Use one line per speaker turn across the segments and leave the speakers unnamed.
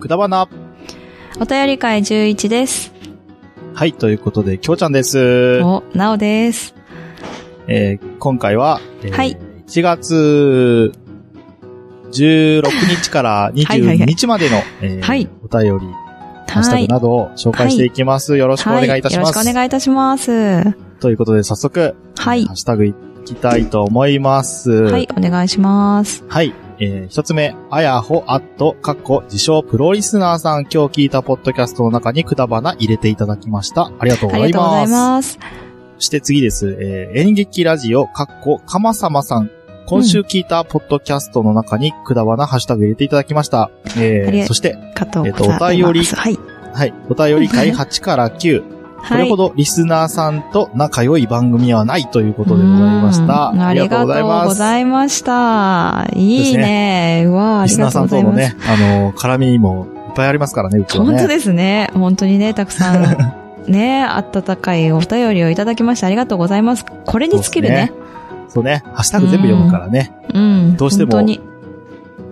くだばな。
お便り会11です。
はい、ということで、きょうちゃんです。
お、なおです。
えー今回は、えー
はい
1月16日から
はいはい
22日までの、えー
はい
お便り、ハッシュタ
は
グ
い。
などを紹介していきます。よろしくお願いいたします。
はい、よろしくお願いいたします。は
ということで、早速、
い
ハッ。シュタグいきたいと思います。
はい、お願いします。
はい。えー一つ目、あやほアット、かっこ、自称プロリスナーさん、今日聞いたポッドキャストの中にくだばな入れていただきました。ありがとうご
あ
ざ
り
い
がとうござ
ま
い
す。
ます。
そして次です。えー演劇ラジオ、かっこ、かまさまさん。今週聞いたポッドキャストの中にくだばなハッシュタグ入れていただきました。え
あり
ー、
が
そして、
加藤
えっと
さん
お便り
はい。
はい、お便り会8から9。こ
は
れほ
い。
どリスナーさんと仲良い番組はないということでございました。
うん
あ
あ
りが
り
とう
が
ござい
とう
ま
ご
す。
ざいました。いいね。うわあ、あ
リ
り
スナ
が
ー
と
さ
うんござ
と
い
の
ます。
ね、あのー絡みもいっぱいありますからね、うちはね。
本当ですね。本当にね、たくさ ん、ね、温かいお便りをいただきましてありがとうございます。これに尽きるね。
そうね、ハッシュタグ全部読むからね、
うん。
どうしても
本当に。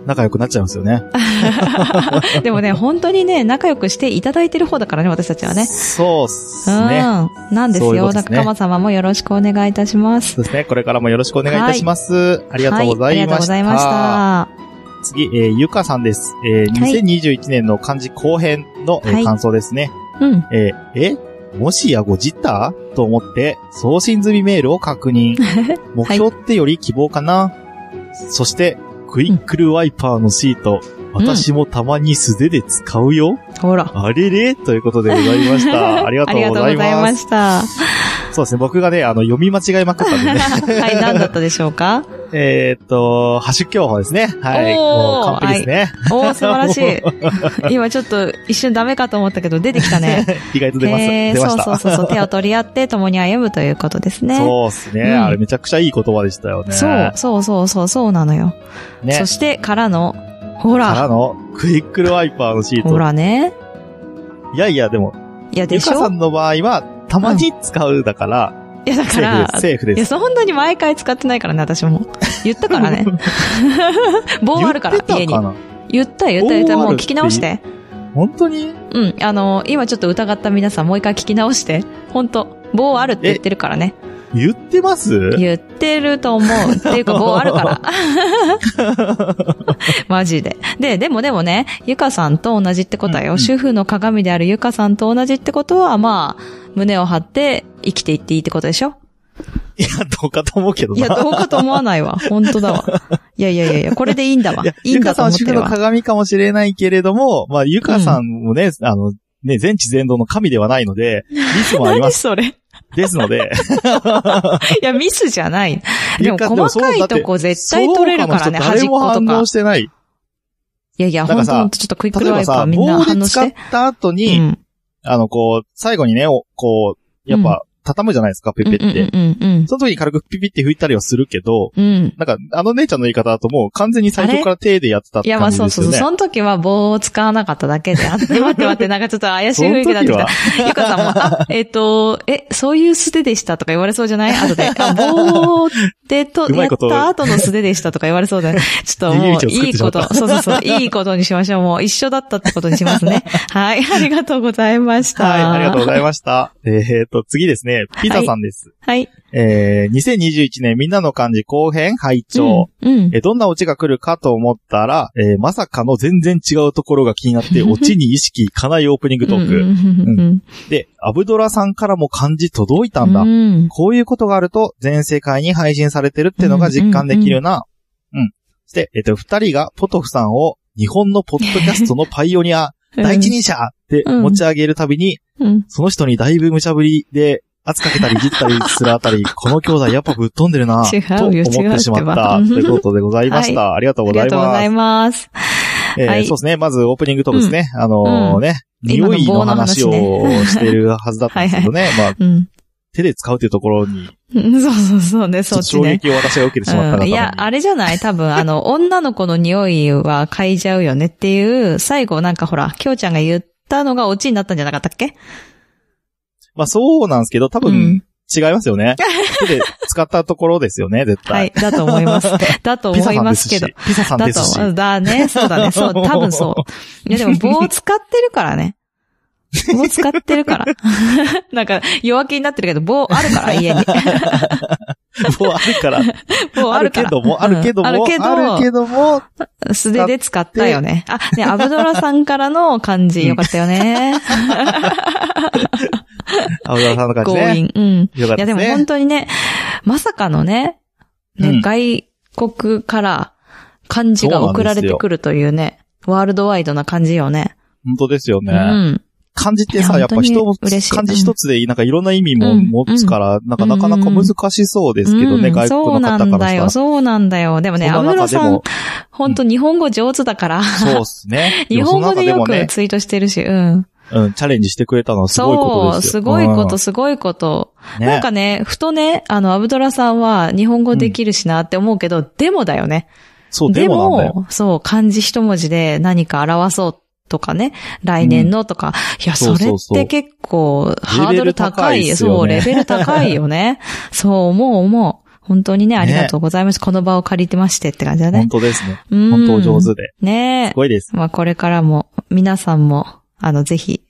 仲良くなっちゃいますよね。
でもね、本当にね、仲良くしていただいてる方だからね、私たちはね。
そうっす
うん。
ね。
なんです
そういうこと
よ。
で
だ
す
か
ね
ら、かま様もよろしくお願いいたします。
そうですね。これからもよろしくお願いいたします。ありがとうござ
はいあり
ま
がとうご
した。
ざいました。
次、えーゆかさんです。えー
はい
2021年の漢字後編の、えー
はい
感想ですね。
うん。
えーえもしやごじったと思って、送信済みメールを確 認。目標ってより希望かな、そして、クイックルワイパーのシート。
ん
私もたまに素手で使うよ。
ほら。
あれれということでございま した。ありがとうございま。
ますした。
そうですね。僕がね、あの、読み間違えまくったんでね。
はい、何だったでしょ うか
えーっと、ハッシュ競歩ですね。はい。
おー
もう完璧ですね。
おー、素晴らしい。今ちょっと一瞬ダメかと思ったけど、出てきたね。
意外と出ます。
えー
出まし
そう
た。
そうそうそう、手を取り合って共に歩むということですね。
そうですね、
うん
あれめちゃくちゃいい言葉でしたよね。
そう、そうそうそう、そうなのよ。
ね。
そして、からの、ほ
から
ら、
の、クイックルワイパーのシー
ほ
ト。
らね。
いやいや、でも、
いや、で
ゆ
し
かさ
ょ
んの場合は、たまに使うだから、
いや、だ
セ
か
ー
ら
フで、す。セーフ
い
で
や、
す。
そんなに毎回使ってないからね、私も。言ったか らね。棒あるから
言っ、て
家
た
に
か。な
言った、言った、言った。
棒ある
もう
っ
聞
て
き直して。
本当に
うん。あの、今ちょっと疑った皆さん、もう一回聞き直して。本当棒あるって言ってるからね。
言ってます
言ってると思う。っていうか、 棒あるから。 マジで。で、でもでもね、ゆかさんと同じってことだよ。
うんうん
主婦の鏡であるゆかさんと同じってことは、まあ、胸を張って生きていっていいってことでしょ
いや、どうかと思うけど
い や、
な。
どうかと思わないわ。本当だわ。いやいやいやいや、これでいいんだわ。いい
ゆ
ん
か
だと
さんは
思
主
って
婦
る
の
わ。
鏡かもしれないけれども、まあ、ゆかさんもね、あの、ね、全知全能の神ではないの で、ミスもありま
何
す。
それい
ですので、
や、ミスじゃない。 で
ゆ
も、
かでもそ
細
う
か
だ
い
って
とこ絶対取れるからね、
そうの
端っ
人
こ
誰
と
も反
か
応。してない。
いやいや、
なん
ほ
か
ん
さ
とほんと、ちょっとクイック
例え
ルワ
ば
イパ
さ、
ーみんな
棒で
反応し。
使ってた後
う
に、
ん。
あの、こう、最後にね、おこう、やっぱ、畳むじゃないですか、ペ
うん
ペって。
うんうんうん
その時に軽くピピって拭いたりはするけど、
うん。うん。
なんか、あの姉ちゃんの言い方だともう完全に最初から手でやってたっ
い
て
や、ま
感
あ
じ
そう
です
そう
よ
そう。
ね。
その時は棒を使わなかっただけで。あ、待って待って、なんかちょっと怪しい雰囲気になってき
は
た。、ゆかさんも、あ、えっ、と、え、そういう素手でしたとか言われそうじゃない後で。あ、棒でと、
うま
や
い
っ
こと
た後の素手でしたとか言われそうだね。ちょっとも
逃げ
う、
道を作
い
っ
い
てしま
こ
った
と、そうそうそう、いいことにしましょう。もう一緒だったってことにします ね。はい、ありがとうございました。
はい、ありがとうご
い
ざいま した。えっと、次ですね、ピザさんです。
ます。はい。
えー、2021年みんなの漢字後編拝聴、
うん。うん。
え、どんなオチが来るかと思ったら、えーまさかの全然違うところが気にな って、オチに意識いかないオープニングトーク。
うんうんうん
で、アブドラさんからも漢字届いたんだ。
うん。
こういうことがあると全世界に配信されてるってのが実感できるな。うん。そして、えっと、二人がポトフさんを日本のポッドキャストのパイオニ ア、第一人者って持ち上げるたびに、
うん。
その人にだいぶ無茶ぶりで圧かけたりいじったりするあ たり、この兄弟やっぱぶっ飛んでるな、と
違うよ
思ってしまった。
違うっ
とい
てば
うことでございました。ありがとうご
あり
ざ
が
い
とうござい
ます。
ます。
えー
はい
そうですね。まずオープニングトークですね。あのーね、匂
今の
いの
棒の
話
話
を
ね
してるはずだったんですけどね。まあ、
うん。
手で使うというところに、
うん そうそうそうね、
ちょ
そ
っ
っ
と
ち
衝
ね。
撃を私が受けてしまったがため
うん
に
いや、あれじゃない多分、あの、女の子の匂いは嗅いじゃうよねっていう、最後なんかほら、きょう ちゃんが言ったのがオチになったんじゃなかったっけ
まあそうなんですけど、多分、
うん
違いますよ ね。手で使ったところですよね、絶
は
対。
い。だと思います。だ と
ピ
思
サ
い
さん
ま
ですす
け
し
ど。。
ピサさん
だ
ですし。
と、だね、そうだね、そう、多 分そう。いやでも棒を使ってるからね。棒使ってるから。 なんか、弱気になってるけど、棒あるから、 家に。
もうある から。
棒あ
あ
る
る
か
け
ら。
ども、あるけども、
うんあるけど
あるけども、
素手で使ったよね。あ、ね、アブドラさんからの感じ、よかった よね。
青沢さんの感じ
強
ね。
引。うん。
よかっ
い
た
やで
です
も
ね。
本当にね、まさかのね、ね
うん
外国から漢字が送られてくるというね、ワールドワイドな感じよね。
本当ですよね。
うん。
漢字って
いや
さ、やっぱ人も、
本当に嬉しい
漢字一つでなんかいろんな意味も
うん
持つから、なんかなかなか難しそうですけどね、
うん
外国の
そうな
方
んだ
から
よ、
さ。
そうなんだよ。でもね、ア
そん
ブ
な
ドラ
中で
さん
も、、
本当日本語上手だから、
そうっす
。
ね
日本語で
いやそ
よ
の中
くツイートしてるし、うん。
うん、チャレンジしてくれたのはすごいこと
そう、
ですよ。
すごいこと、
う
すごいこと。
ん、ね、
なんかね、ふとね、あの、アブドラさんは日本語できるしなって思うけど、でもだよね。
そう、
で
でもなんだよ。
も、そう、漢字一文字で何か表そうとかね、来年のとか、いや、
そ
そうれ
そ
っ
うそう
て結構、ハードル高い。
レベル高いっすよね
そう、レベル高い よね。そう、思う思う。本当にね、ありがとうございます。この場を借りてましてって感じだね
本。当ですね。
うん
本当上手で。
ね
すごいです。
え。まあ、これからも、皆さんも、あの、ぜひ、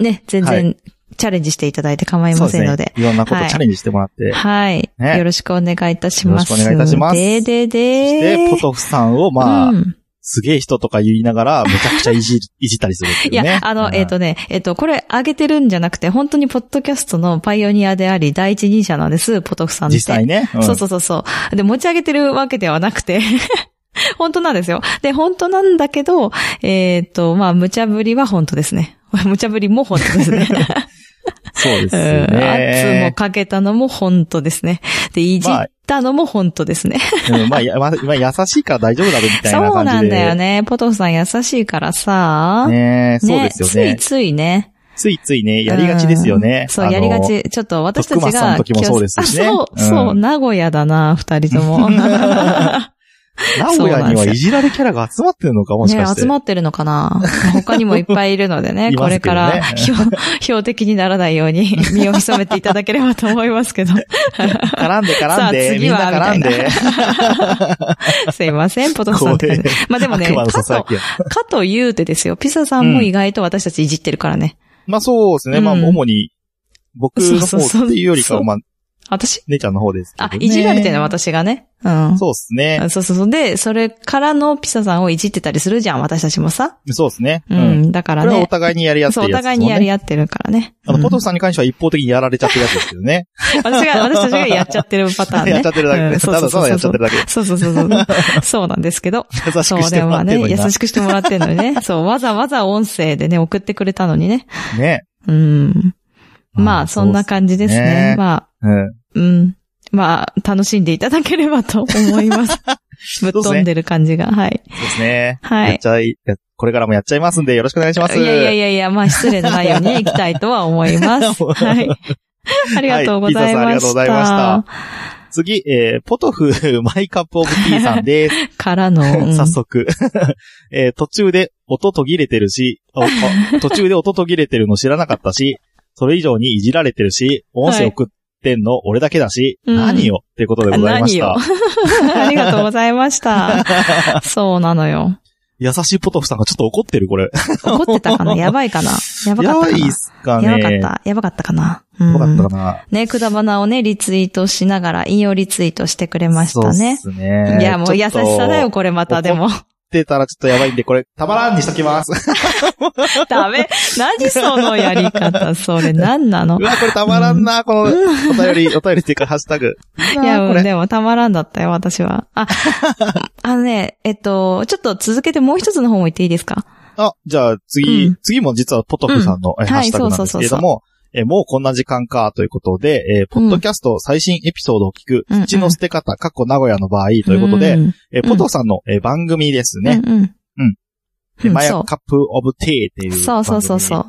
ね、全然、
は
チャレンジしていただいて構い
そう
ま
です
せんので
ね。。いろんなこと
はい
チャレンジしてもらって。
はい、
ね
よろしくお願いいたします。
よろしくお願いいたします
でで
そ
で
して、ポトフさんを、まあ、
うん
すげえ人とか言いながら、めちゃくちゃいじ、いじったりするっていう
い
ね。
や、あの、えっ、とね、えっ、と、これ上げてるんじゃなくて、本当にポッドキャストのパイオニアであり、第一人者なんです、ポトフさ
うんん、
って。
実際ね。ん
そうそうそうそう。で、持ち上げてるわけではなくて、 本当なんですよ。で、本当なんだけど、えっ、と、まあ、無茶ぶりは本当ですね。 無茶ぶりも本当ですね。
そう です
うん。
よ
圧も
ね。
かけたのも本当ですね。で、いじったのも本当ですね。
うんまあ、やまあ、 まあ優しいから大丈夫だろみたいな感じで。
そうなんだよね。ポトフさん優しいからさ。
ねえそうですよね
ついついね。
ついついね、やりがちですよね
う。んそう、
あの
やりが。ち。ちょっと私たち
徳松さんの
が
時
気を。
もそうですしね
あそう、
うん
そう、名古屋だな、二人と も。
名古屋にはいじられキャラが集まってるのかもし
ね
かし、て。
集まってるのかな他にもいっぱいいるので ね、
い
こ
ま
れ
すけ
か
どね
ら標、標的にならないよう に身を潜めていただければと思いますけど。
絡んで絡
さ
ん
あ
で、み
次
ん
は
な絡んで。
すいません、ポトフさんって感じ
怖
まあでもね、
悪魔のさ
か
さや
と、
きや。
かと言うてですよ、ピサさんも意外と私たちいじってるからね。
まあそうですね。まあ
うん
主に、僕の
そうそう
方
そう
っていうよりかは、まあ、
私
姉ちゃんの方ですけど
あ
ね、
いじられてるの私がね。うん。
そうですね。
そうそうそう。で、それからのピサさんをいじってたりするじゃん、私たちもさ。
そうですね。
う
うん。
ん、だか
こ
ら
れはお
ね。
互いにやり合って
そ
る
う、お
やつですもんね。
互いにやり合ってるからね。
あの、ポトフ
さ
さんに関しては一方的にやられちゃってるやつですけどね。
ん。私が、私たちがやっちゃってるパターンね。
やっちゃってるだけ
う
で
ん
す。
そ
た
うそ
だた
うそう
だやっちゃってるだけで
そうそうそうそう。そうなんですけど。
優し
そ
く
う、
して
でも
もら
まあ
って
ね
る、のに
優
な。
しくしてもらってんのに ね。そう、わざわざ音声でね、送ってくれたのにね。
ね。
うん。まあ、
そ
そう
っす
んな感じですね。
ね
まあ、
うん。
うん。まあ、楽しんでいただければと思います。 ぶっ飛んでる感じが。はい。
そうですね。
はい
やっちゃい、やこれからもやっちゃいますんで、よろしくお願いします。
いやいやいやいや、まあ失礼のないように行きたいとは思 います。はい。ありがとうござい
はいピザさんありが
ま
とう
し
ございま
た。
次、えー、ポトフマイカップオブティーさんです。
からの、 うん
早速。 えー途中で音途切れてるし、おお 途中で音途切れてるの知らなかったし、それ以上にいじられてるし、音声送ってんの俺だけだし、
うん
何よってことでございました。
ありがとうございました。そうなのよ。
優しいポトフさんがちょっと怒ってる、これ。
怒ってたかなやばいかなやばか
や
った
ば
かなや
いっすかね。
ばかった。やばかったかなうん
やばかったかな。
ね、くだばなをね、リツイートしながら、引用リツイートしてくれましたね。
そうっすね。
いや、もう優しさだよ、
ちょっと。
これまた、でも。
ってたらちょっとやばいんで、これ、たまらんにしときます。
ダメ。何そのやり方。それ、何なの
うわ、これたまらんな、この、お便り、お便りっていうか、ハッシュタグ。い
いや、
こ
もう
れ。
でもたまらんだったよ、私は。あ、あのね、えっと、ちょっと続けてもう一つの方も言っていいですか
あ、じゃあ次、
うん
次も実はポトフさんの、え
はい
ハッシュタグなんですけれども、えもうこんな時間か、ということで、えーポッドキャスト最新エピソードを聞く、
うん
土の捨て方、過去名古屋の場合、ということで、
ん
えポトフさんの、え番組ですね。
うんうん。
うん
う
で
ん
マヤ
そ。
カップオブティーっていうう。
そうそうそうそう。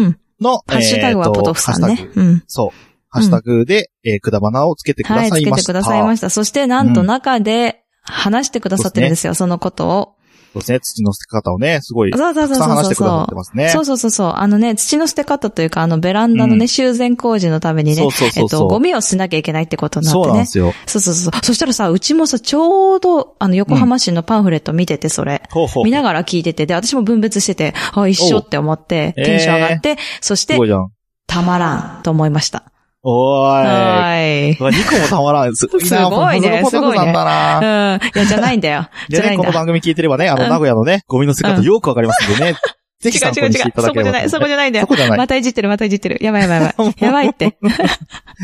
うん。
の、
ハッシュタグは
えーと
ポトフさん
ハッ
ね
シュタグ。
うん。
そう。ハッシュタグで、えーくだばなをつけてくだ
はい、
さ
つ
い
け
ま
て
し
く
た。
ださいました。そして、なんと中で話してくださってるんですよ、そのことを。
そうですね、土の捨て方をね、すごい、た
そうそう
く
そう
さん
そう
話し
そう
てくださ
そ
って
う。
ますね。
そうそうそうそう。あのね、土の捨て方というか、あの、ベランダ
う
のね、修繕工事のためにね
そう、そう
え
そ
っ
う
と、
そ
ゴ
う。
ミをしなきゃいけないってことになっ
そう
て
なん
ね
で。すよ。
そうそうそう。そしたらさ、うちもさ、ちょうど、あの、横浜市のパンフレット見てて、それ。
ほうほう。
見ながら聞いてて、で、私も分別してて、あ、一緒って思って、
おう
テンション上がって、そし
す
て
ご、いじゃん。
たまらんと思いました。
おーい。
はい。
うわ2個もたまらん。すごいな、
すごいね
ポトフさんだな。
うん。いや、じゃないんだ よ。じ
で
ゃな
ね、
いん
この
だ。
番組聞いてればね、あ
う
の、
ん
名古屋のね、ゴミの姿
うん
よくわかりますんでね。ぜひ
違
参
う
考
違う違
に
う。
していただ
そ
けれ
こじゃ
ば
ない、
と
そこ
思い
じゃないんだ
ます。
よ。
こじゃない。
またいじってる、またいじってる。やばいやばい やばい。やばいって。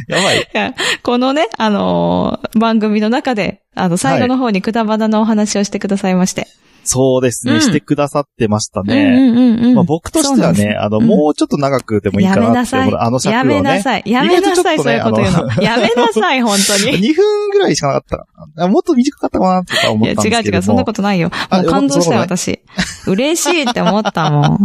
やばい。
いやこのね、あのー番組の中で、あの、最後の方にくだばなのお話をしてくださいまして。
そうです
う
ね、
ん
してくださってました
う
ね。
んうんうんうん。
まあ僕としては
そうなん
ね、
です
あの、
うん
もうちょっと長くでもいいかなっていうほど、あの
や
尺
め
を
な
ね。
さい。やめなさい。
意外とちょっとね
そういうこと言うの。やめなさい、本当 に。
2分ぐらいしかなかった。 あもっと短かったかなって思
い
っ
や、
たんで
違
す
う
け
違
ど
う、そんな
も
ことないよ。
あ
もう感動した
い
よ、
や本当
私。嬉しいって思ったも ん。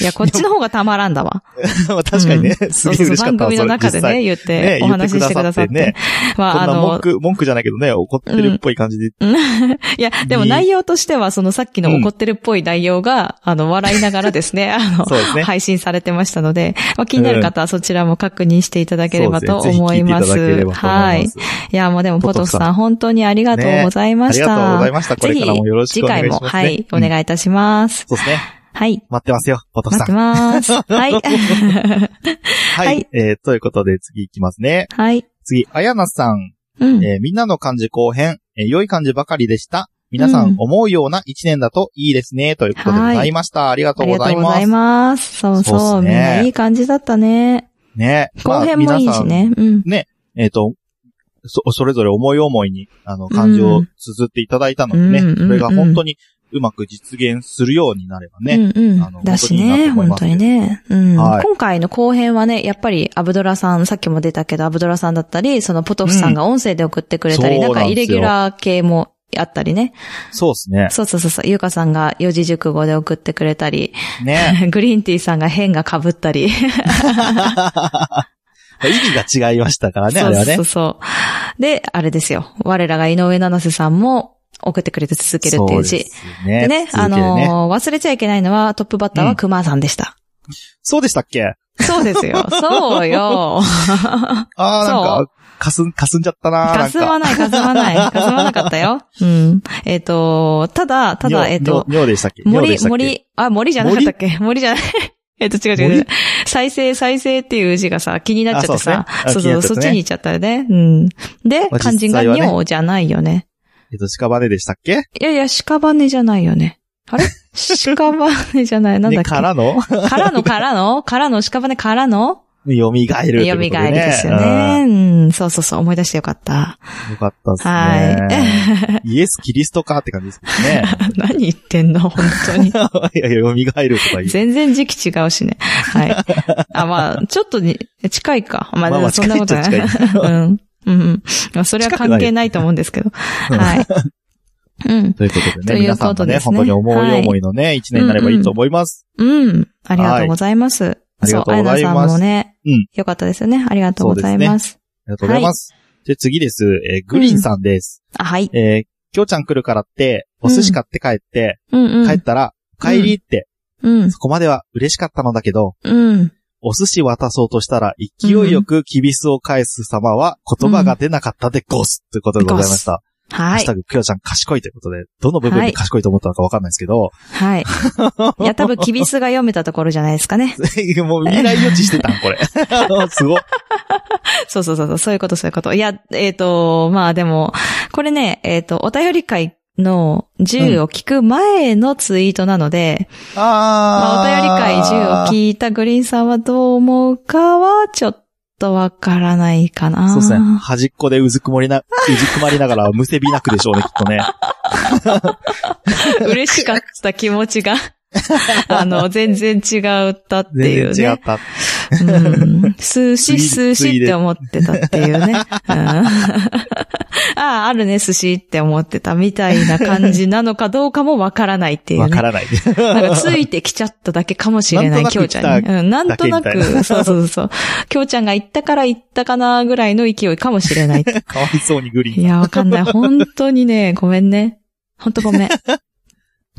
いや、こっちの方がたまらんだわ。
まあ確かにね、 す
そ
げ
う
え
そう
嬉しか
番
ったわ
組
そ
の
れ
中で
実
ね、
際。
言って、お話ししてくださっ
言って
て。まあ、
こ
あ
んな文
の、
句、文句じゃないけどね、怒ってるっぽい感じで。
いや、でも内容としては、そのさっきの怒ってるっぽい内容が、あの、笑いながらです ね、あの、
そうですね
配信されてましたので、まあ、気になる方はそちらも確認していただければと
そうですね
思います。
ぜひ聞いていただければと思います。
はい。いや、もうでも、ポ
ポト
トフ
フ
さん、本当にありがとうございま
あ
し
り
た。
がとうございました。これからもよろしくお願いします、ね。
ぜひ、次回も、はい、お
い。
願いいたします。
そうですね。
はい。
待ってますよ、ポトフさ
待って
ん。
ます。 はい。
はいい。えー、ということで次行きますね。
はい。
次、あやなさん。
うん。
えー、みんなの漢字後編。えー、良い漢字ばかりでした。皆さ
うんん
思うような一年だといいですね。ということでございました。ありがと
あ
う
り
ご
が
ざい
と
う
ご
ま
ざい
す。
ます。そう
そ
そう
っ
う。
すね
みんないい感じだったね。
ね。まあ
後編もいいし。ね。うん。
皆さんえっ、と、そ、それぞれ思い思いに、あの、漢字を綴っていただいたのでね。
うんうん
それが本当にうまく実現するようになればね。
うん
あ
う
の
ん。だしね、
本
本
当
当
にいい
に
なと
ね。うん。
はい
今回の後編はね、やっぱりアブドラさん、さっきも出たけど、アブドラさんだったり、そのポトフさんが音声で送ってくれたり、
うん
なん
そ
か
うなん
イ
で
レ
す
ギ
よ
ュラー系もあったりね。
そうですね。
そうそうそうそう。ゆうかさんが四字熟語で送ってくれたり、
ね。
グリーンティーさんが変が被ったり。
意味が違いましたからね、あれはね
そうそ。うそう。で、あれですよ。我らが井上七瀬さんも送ってくれて続けるってい
そう
う字
で。すね。
でね、
続
あ
けてね
のー忘れちゃいけないのは、トップバッターは熊さんでした。
そうでしたっけ
そうで すよ。そうよ。
ああ、
そ
なん
う
か、かすん、かすんじゃったなーな
か
ん
すま
か。
ない、かすまない。かすまなかったよ。うん。えっ、と、ただ、ただ、えっ、と、
尿でしたっけ尿で
森
し、たっけ
森、あ、森じゃなかったっけ 森じゃない。えっと、違う違う違う。再生、再生っていう字がさ、気になっちゃってさ
あ、そ
そうう
ですね
そう、
あ気
そ
になっちゃったね
っちに行っちゃったよね。うん。で、
まあ
肝心
実
が
際はね
尿じゃないよね。
えっと、屍でしたっけ
いやいや、屍じゃないよね。あ れ屍じゃない。なんだっ
ね、
け
か
から
の
らの、からの、からの、屍からの
蘇るということで、ね。
蘇りですよね。うん、そうそうそう、思い出してよ かった。
うん。よかったですね。
は
イエス・キリストかって感じですけどね。
何言ってんの本当に。
いやいや、蘇るとか言う。
全然時期違う しね。はい。あ、まあ、ちょっとに、近いか。
ま
まあ、
あ
で
まあ
もそんなことない。
近いっちゃ近い
うん。うんうん。まあ、それは関係ないと思うんですけど。はい。うん。
ということで
と
ね、
いう
皆さ
こ
んが
と
ね、
です
本
ね
当に思うよ思いのね、一年になればいいと思います。
うん。ありがとうございます。
あり
そ
が
う
と、う
あ
ご
や
ざ
ない
ます
さんもね、
うん
よかったですよね。ありがとうございます。
ありがとうございます。で、次です。えーグリーンさんです。
あ、はい。
えーきょうちゃん来るからって、お寿司買って帰って、
うんう
帰っ
ん。
たら、帰りって、
うん。
そこまでは嬉しかったのだけど、
うん。
お寿司渡そうとしたら、勢いよくキビスを返す様は言葉が出なかったでゴスということでございました。ハッ
は
シ
い
ュタ。グ、クヨちゃん賢いということで、どの部分
は
に
い
賢いと思ったのかわかんないですけ ど、
はい。いや、多分、キビスが読めたところじゃないですかね。
もう未来予知してたん、これ。すごい。
そうそうそうそう、そういうこと、そういうこと。いや、えっ、と、まあでも、これね、えっ、と、お便り会の10を聞く前のツイートなので、 ま
あ
あお便り会10を
い
聞いたグリーンさんはどう思うかは、ちょっとわからないかな。
そうですね。端っこでうずくもりな、うずくまりながらむせび泣くでしょうね、きっとね。
嬉しかった気持 ちが。あの、全然違ったっていう
全
ね。
然違った。
うん寿司、
つい
寿司って思ってたっていうね。うんああ、あるね、寿司って思ってたみたいな感じなのかどうかもわからないっていう
わ
ね。
からない。
なんかついてきちゃっただけかもしれな
なん
い、
と
き
な
ょ
く
う
来
ち
た
ゃんに。うん、なんとな
だけみたいな
く、そうそうそう。きょうちゃんが行ったから行ったかなぐらいの勢いかもしれな い。
かわいそうにグリーン
いや、わかんない。本当にね、ごめんね。本当ごめん。
でね、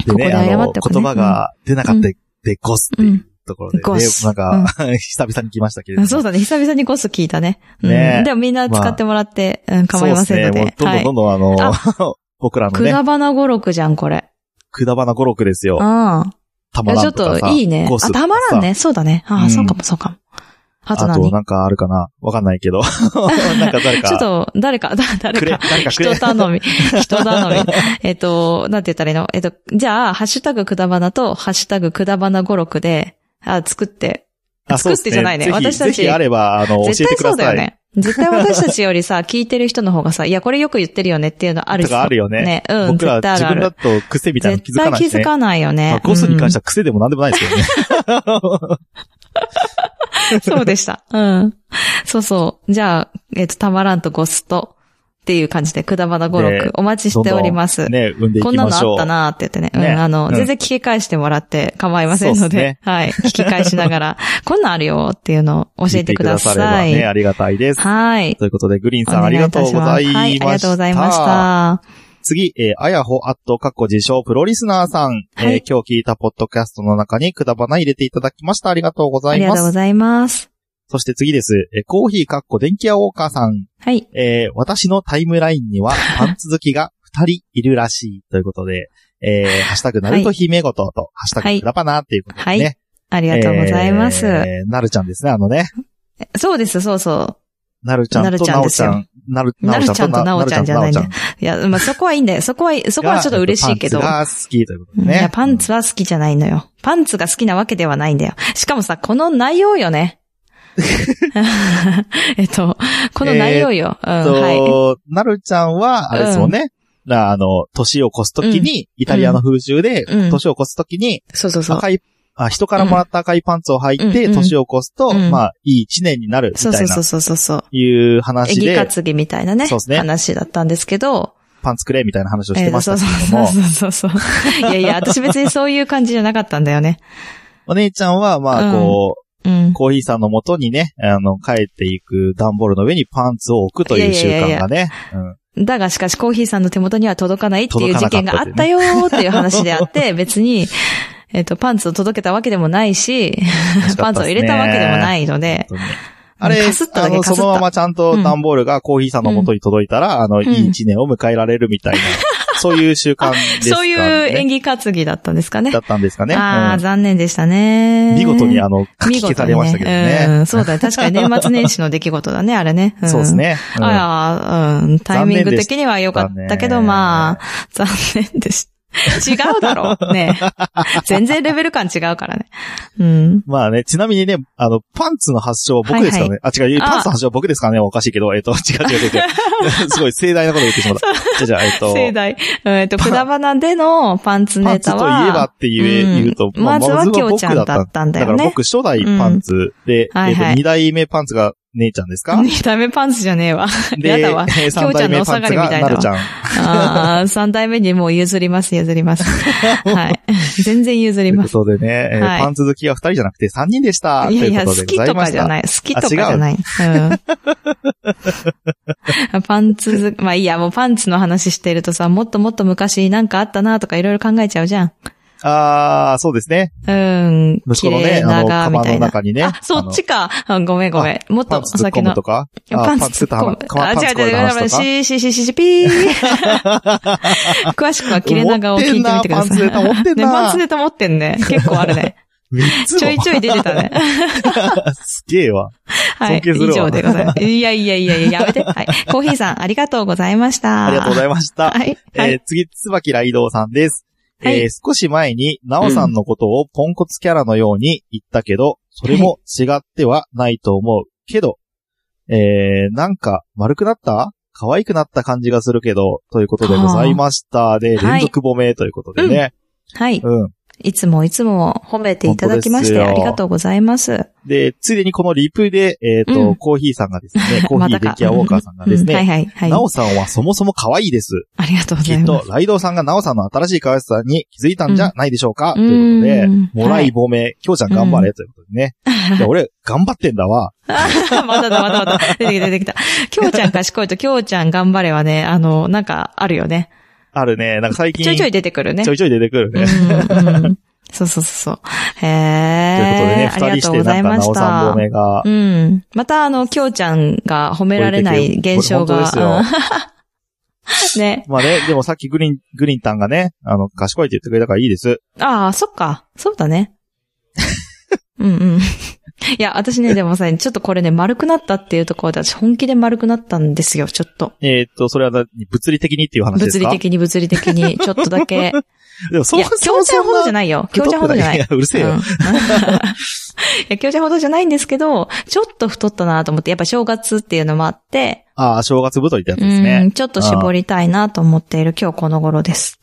ここで謝
あ
っ
の、
ておくね
言葉が出なかったで、ゴスって
う。
いうんところで、ね
ゴス
なんか、久々に来ましたけれども。
そうだね。久々にゴス聞いたね。うん
ねえ
でもみんな使ってもらって、うん、構いませんので。
そうですね。もうどんどんどんどんあの、 僕らの
く
ね、
だばな語録じゃん、これ。
くだばな語録ですよ
う。ん。
た
い
ま
や、
ら
ちょ
ん
っ
とか
と
さ。
いいね
ゴ。ス
あ、
とか
た
さ
まらん。ね。そうだね。あ
う
あ、
ん
そうかも、そうかも。あと
あ
何
と、
ち
なんかあるかなわかんない けど。なんか誰か。
ょっと、誰か、だ 誰
くれ、
か。
誰かくれ。
人頼み。 人頼み。えっと、なんて言ったらいいのえっと、じゃあ、ハッシュタグくだばなと、ハッシュタグくだばな語録で、あ、作って。
あそうで
作っ
す
てじゃないね。
ぜひ
私た
ぜひ
ち
あ。れば、あの、教え
絶
て
対
くだ
そうだ
さ
よ
い。
ね。絶対私たちよりさ、聞いてる人の方がさ、いや、これよく言ってるよねっていうのある
と
し
かあるよね。
ね。うん、
僕ら
絶対あ
自
るあ
分
る
だ。と癖みたいなの気
絶
づか
対
ない
気
です
づ
ね。
かないよ
まあ
ね。
ゴスに関しては
は。
癖でもなんでもないですけどね。
そうでした。うん。そうそう。じゃあ、えっと、たまらんとゴスと、っていう感じで、くだばな語
ね
録、お待ち しております。
ね、産んでい
こ
き
んな
ま
の
しょう。
あったなーって言ってね。
ね
うん、あの、
うん
全然聞き返してもらって構いませんの
そうっす
で、
ね
はい。聞き返しな がら、こんなんあるよっていうのを教えてくださ
聞いてくださ
い。
ればね、ありがたいです。
はい。
ということで、グリーンさ
お
んあ
願
りが
いい
と
た
う
し
ご
ます
ざいました。
はい、ありがとうございました。
次、えー、あやほ、あっと、かっこ自称、プロリスナーさん。
は
えー
い
今日聞いたポッドキャストの中にくだばな入れていただきました。ありがとうござ
あ
い
りが
ま
と
す。
うございます。
そして次です。えー、コーヒーかっこ電気屋ウォーカーさん。
はい。
えー私のタイムラインには、パンツ好きが2人いるらしい。ということで、えーハッシュタグ、なると姫ごとと、ハッシュタ
は
グ、
い
くだばなっていうことでね。
はいありがとうございます。
えーなるちゃんですね、あのね。
そうです、そうそう。
なるちゃんとなおちゃ
なるちゃん
ん。なる、
なるちゃんとな
な
お
お
ち
ち
ゃ
ゃ
ん
ん
じ
と
ゃ
なお
ないん
ち
だ
ゃ
よ
ん。。
いや、まあ、そこはいいんだよ。そこは、そこはちょっと嬉しいけど。
パンツが好きということ
う
で
んい
ね。
や、パンツは好きじゃないのよ。パンツが好きなわけではないんだよ。しかもさ、この内容 よね。えっと、この内容よ。
えっ
うん、はい。
と、なるちゃんは、あれですもんね。なあの、年を越すときに、イタリアの風習で、
うん
年を越すときに、
そうそうそう。
赤い、あ、人からもらった赤いパンツを履いて、
うんうん
年を越すと、
うん
まあ、いい一年になる、み
そう
た
そ
いうな
そう、そうそうそう。
いう
え
話
ぎ
で
担、ぎみたいなね
そうですね
話だったんですけど、
パンツくれ、みたいな話をし
え
て
っと
まし
そ
た
う
け
そう
れど
そう
も、
そうそう。いやいや、私別にそういう感じじゃなかったんだよね。
お姉ちゃんは、まあ、こう、
うん。
コーヒーさんの元にね、あの、帰っていく段ボールの上にパンツを置くという習慣がね、うん
だがしかしコーヒーさんの手元には届かないっていう事件があ
届
っ
かなかった
た
っ
よーっていう話であ って、別に、えっ、と、パンツを届けたわけでもないし、
惜しか
パ
っ
ン
た
ツ
です
を
ね
入れたわけでもないので、
本当にあれ、
かすっただ
あ
け
の、
かすった
そのままちゃんと段ボールがコーヒーさんの元に届いたら、あの、いい一年を迎えられるみたい な、そういう習慣ですかね。
そういう演技担ぎだったんですかね。
だったんですかね。
ああ、
うん
残念でしたね。
見事にあの、書き
見
消
事
さ
に
れましたけどね。
うん、そうだね。確かに 年末年始の出来事だね、あれね。ん
そうです。ね。うん
ああ、うん。タイミング的には良かったけど、
残念でしたね
まあ、残念でした。違うだろ うね。全然レベル感違うからね。うん。
まあね、ちなみにね、あの、パンツの発祥は僕ですからね。あ、違う、
あ
パンツの発祥は僕ですからね。おかしいけど、えっと、 違う違う違う 違う。すごい盛大なこと言ってしまった。じゃあ、えっと、
盛大。うんえっと、くだばなでのパンツ
パン
ネ
ツ
タ
と
は。
いえばって言え、
うん
言うと、
まずはきょうちゃんだ
だ
ったんだ
だか
よ
ら
ね。
僕、初代パンツで、
うんはいはい
えっと、二代目パンツが姉ちゃんですか
二代目パンツじゃね えわ。
で、
やだわ
えー
き
三
ょうち
代
ゃんの
目パ
お下
ン
が
ツ
りみた
が
いな
なるちゃん。
あー三代目にもう譲ります、譲ります。 はい。全然譲
と
り
いう
ま
こ
す。
とでね、えー
はい
パンツ好きは二人じゃなくて三人でした。
いやいや、
と
好
いうことで
き
ござ
と
いま
か
し
じゃ
た。
ない。好きとかじゃない。うん。 パンツず、まあいいや、もうパンツの話してるとさ、もっともっと昔なんかあったなとかいろいろ考えちゃうじゃん。
あー、そうですね。
うん。
息
綺
子のね、
麗
あ
な
の、
が、
カ
み
バ
た
ン
い
の
な。
中にね。
あ、そっちか。あごめんごめん。もっ
あの。パン
とお
ツ突っ
酒
込む
の
と。かあ
パンツ突っ
パン
込む
ツ突っ。込むパ
あ、
ンツ
違
突
う
っ込
違う
む話
違
と
う。
か
シーシーシーシーシーピー。詳しくは切れ長を聞いてみてください。
持ってんなパンツネタ持ってんな
ねパンツネタ持ってんね。結構あるね。
三つ
ちょい
も。
ちょい出てたね。
すげえわ。
はい。
尊敬するわ
以上でございます。いやいやいやいや、やめて。はい。コーヒーさん、ありがとうございました。
ありがとうござ
い
いました。
はい。はい。
えー、次、つばきらいどうさんです。
はい
えー、少し前に、なおさんのことをポンコツキャラのように言ったけど、それも違ってはないと思う。けど、えー、なんか、丸くなった可愛くなった感じがするけど、ということでございました。で、
はい
連続褒めということでね。
はい。
うん。
いつもいつも褒めていただきまして、
本当
あ
ですよ
りがとうございます。
で、ついでにこのリプで、えっ、と、
うん
コーヒーさんがですね、コー
ま
ヒー
た
デ
か
キアウォーカーさんがですね、
うんはいはいはい。
なおさんはそもそも可愛いです。
ありがとうご
き
ざい
っ
ま
と
す。、
ライドウさんがナオさんの新しい可愛さに気づいたんじゃないでしょうか、
うん
という
う
こ
ん
とで、もらい褒め、きょうちゃん頑張れ、ということでね。いや、俺、頑張ってんだわ。
まただ、またまた。出てきた、出てきた。きょうちゃん賢いと、きょうちゃん頑張れはね、あの、なんか、あるよね。
あるね。なんか最近。
ちょいちょい出てくるね。
ちょいちょい出てくるね。
うんうんそうそうそうそう。へ
ということでね
え。、
二
あり
人
が
し
とう
て
ござ
ないんか
ま
な
し
お三
た
本。目が
う、ん。また、あの、きょうちゃんが褒められない現象が。
これ本
うん ね。
まあね、でもさっきグリーン、グリーンタンがね、あの、賢いって言ってくれたからいいです。
ああ、そっか。そう だね。うんうん。いや、私ね、でもさ、ちょっとこれね、丸くなったっていうところで、私本気で丸くなったんですよ、ちょっと。
えーっと、それはな物理的にっていう話で
物
すか
理的に物理的に、ちょっと だけ。
でもそ
いうや、きょうちゃんほどじゃないよ。きょうちゃんほどじゃない。
や、うるせえ
うん
よ
い。や、強者ほどじゃないんですけど、ちょっと太ったなと思って、やっぱ正月っていうのもあって、
ああ、正月太りってやつ
う
ですね
ん、。ちょっと絞りたいなと思っている今日この頃です。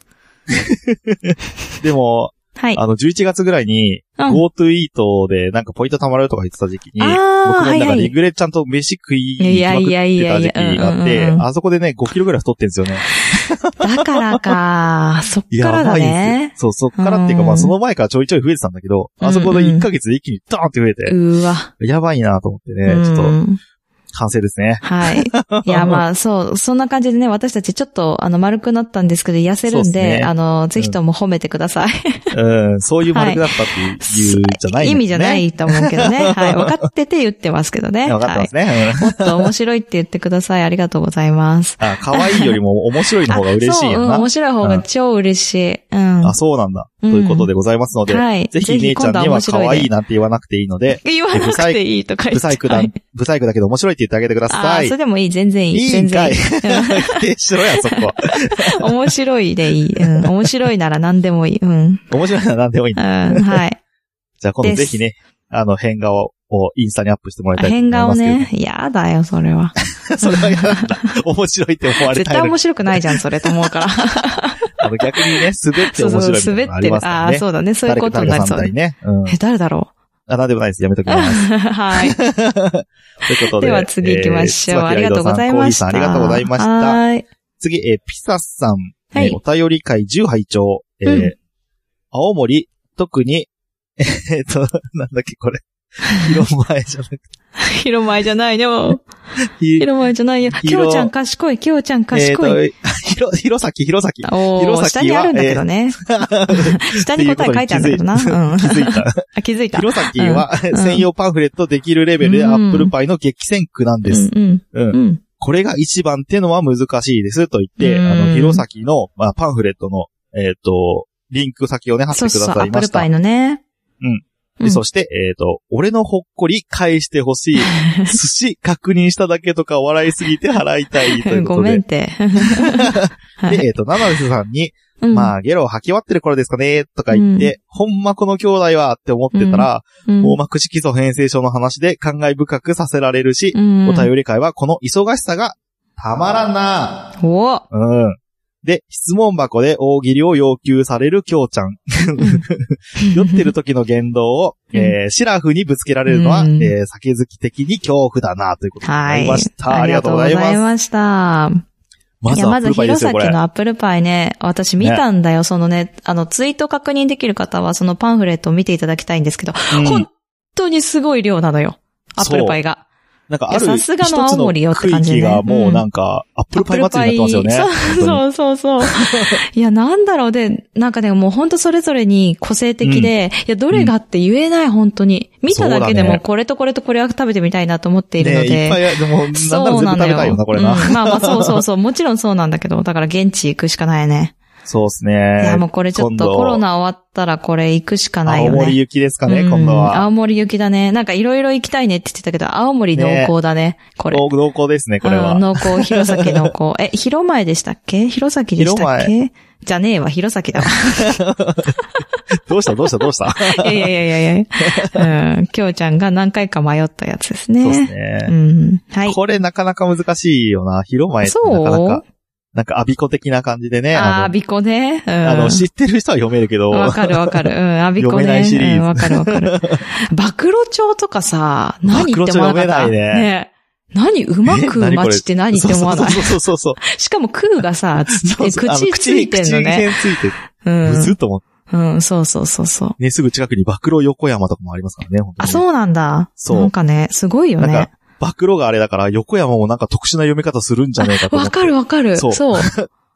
でも、
はい。
あの、11月ぐらいに、
うん
GoTo イートでなんかポイント貯まるとか言ってた時期に、
あ
僕
ー
の
はいは
中
い
でイグレちゃんと飯食い
い
に行
や
き
いやいや
ま
い
く
や
ってた時期があっ
うんう
て
んう、ん
あそこでね、5キロぐらい太ってんですよね。
だからか、 そっからだ
いんで
ね。
すよ。そう、そっからっていうか、
うん
まあその前からちょいちょい増えてたんだけど、あそこで1ヶ月で一気にドーンって増えて、
うわ。
やばいなと思って
う
ね、ちょっと
ん
反省ですね。
はい。いや、まあ、そう、そんな感じでね、私たちちょっと、あの、丸くなったんですけど、痩せる
そ
ん
うです
で、
ね
あの、ぜひとも褒めてください。
うん、そういう丸くなったっていう、じゃないんだよね、
意味じゃないと思うけどね。 はい。分かってて言ってますけどね。
分かってますね。
はい。もっと面白いって言ってください。ありがとうございます。
うんあ、可愛いよりも面白いの方が嬉しい
あ
やん
そう、うん、
な
面。白い方が超嬉しい。うん。
あ、そうなんだ。と
うん
いうことでございますので、
はい。
ぜひ姉ちゃんには可愛い
な。
なんて言わなくていいので、
言わなくていいとか言
ブ
って。
サイクだ、ブサイクだけど面白いって言ってあげてくだ
あ
さ
あ、
い
それ。でもいい。全然いい。
いい
全
んか
然
い。
いい。
否 定しろや、そこは。
面白いでいい。 うん。面白いなら何でもいい。うん。うん。
面白いなら何でもいいんだ。
はい。
じゃあ今度ぜひね、あの、変顔をインスタにアップしてもらいたいと思い
変
ま
顔
すけど。
ね。やだよ、それは。
それは嫌なんだ。面白いって思われ
絶
たい
対
のに
面白くないじゃん、それと思うから。
あの、逆にね、滑って
そ う
面白い
そう、
みたいな
滑
のあ
って
り
る
ま。すから
あ
ね。
あ、そうだね。そういう
誰
こ
か
と
田
にな
中
り
さ
そ
んみ
う
たい。にね。うん。
え、誰だろ
あ、なんでもないです。やめとき
う
ます。
はい。
ということで。
では次行きましょう。
えー
ありがとうございました。
椿ライドさんコーヒーさんありがとうございました。
はい。
次、えーピサさん。
はい
えーお便り会10拝聴え
う
ー
ん
青森、特に、 えーっと、なんだっけ、これ。広前じゃなくて。
広前じゃないよ。
ひ
広前じゃないよ。
広
きょうちゃん賢い、きょうちゃん賢い。
えーっと、ひろ、ひろさき、ひろさき。
おー、
弘
下
前は
にあるんだけどね。 下に答え書いてあるんだ けどな。うん。
気づい た。
あ、気づいた
ひ。ろさきは
ん
専用パンフレットできるレベルで
うん
アップルパイの激戦区なんです。
うん
う。
うんん。うん。
これが一番ってのは難しいですと言って、
うん
あの、ひろさきの、まあ、パンフレットの、えーっと、リンク先をね、貼って
そう
く
そう、
だ
ア
さい
ップ
ま
ル
した
パイ。のね。う
で
ん
そして、えっ、と、俺のほっこり返してほ しい。寿司確認しただけとか笑いすぎて払いたいというこ
ご
とで。
め んって。は
で、
い
えっ、と、七瀬さんに、
うん
まあ、ゲロを吐き終わってる頃ですかね、とか言って、ほんまこの兄弟はって思ってたら、
うん
網膜色素変性症の話で感慨深くさせられるし、
うん
お便り会はこの忙しさがたまらんな
おー
うん。で、質問箱で大喜利を要求されるきょうちゃん。 酔ってる時の言動を、
うん
えーシラフにぶつけられるのは、
うん
えー酒好き的に恐怖だな、ということに
は
なり
い。
ました。ありがとうございます。
ました。
ま
い
ず
や、
はア
ま
ップ
ず、
ルパイで
弘
すよ、
前
これ。
のアップルパイね、私見たんだよ、そのね、あの、ツイート確認できる方は、そのパンフレットを見ていただきたいんですけど、
うん
本当にすごい量なのよ、アップルパイが。
なんかある、
いやさ
一つ
すがの青森よ
の
って
区
感じね
域がもうなんか、アップルパイ祭りになってますよね。
そうそうそう そう。いや、なんだろうで、なんかね、もう本当それぞれに個性的で、いや、どれがって言えない、本当に。見ただけ
そ
で
うだ
も、
ね
これとこれとこれは食べてみたいなと思っているの
ね
で。
いっぱいあ、でも、なんなら全
そう
部
な
食
の
べたいよな、これな。
うんまあまあ、そうそうそう。もちろんそうなんだけど、だから現地行くしかないね。
そうです
いや、も
ね。
うこれちょっ
今
と
度
コロナ終わったらこれ行くしかない
青
よね。
森行きですかね、
うん
今度は。
青森行きだね。なんかいろいろ行きたいねって言ってたけど、青森濃厚だね。これ。
お濃厚ですね、これ
う
は
ん。濃厚、弘前濃厚。 え、広前でしたっけ広前でしたっけじゃねえわ、弘前だ わ。
どうした、どうした、どう した。
いやいやいやいやうん。きょうちゃんが何回か迷ったやつですね。
そうです
う
ね。
ん。はい。
これなかなか難しいよな。広前ってなかな
そう
か、なんかアビコ的な感じでね。
あー、
あの
びこね。うん
あの、知ってる人は読めるけど、
わかるわかる。うん、アビコ
読めな
ね。
いシリーズ
うんわかるわ かる。暴露帳とかさ、何って思
暴露
わなかった。
帳読めないね
何うま
え
く
何これ
待ちって何っ
そう
て思わない。
そうそうそうそう。
しかも空がさ、つ
そうそうあの
口ついてんのね。
口に線ついてる。
うん
む。ずっと思って。
うん、そうそうそうそう。
ね、すぐ近くに暴露横山とかもありますからね、本当
あ、
に。
そうなんだ。
そう
なんかね、すごいよ
なん
ね。
暴露があれだから、横山もなんか特殊な読み方するんじゃないかと思
わ
って。
かるわかる。
そう
そう。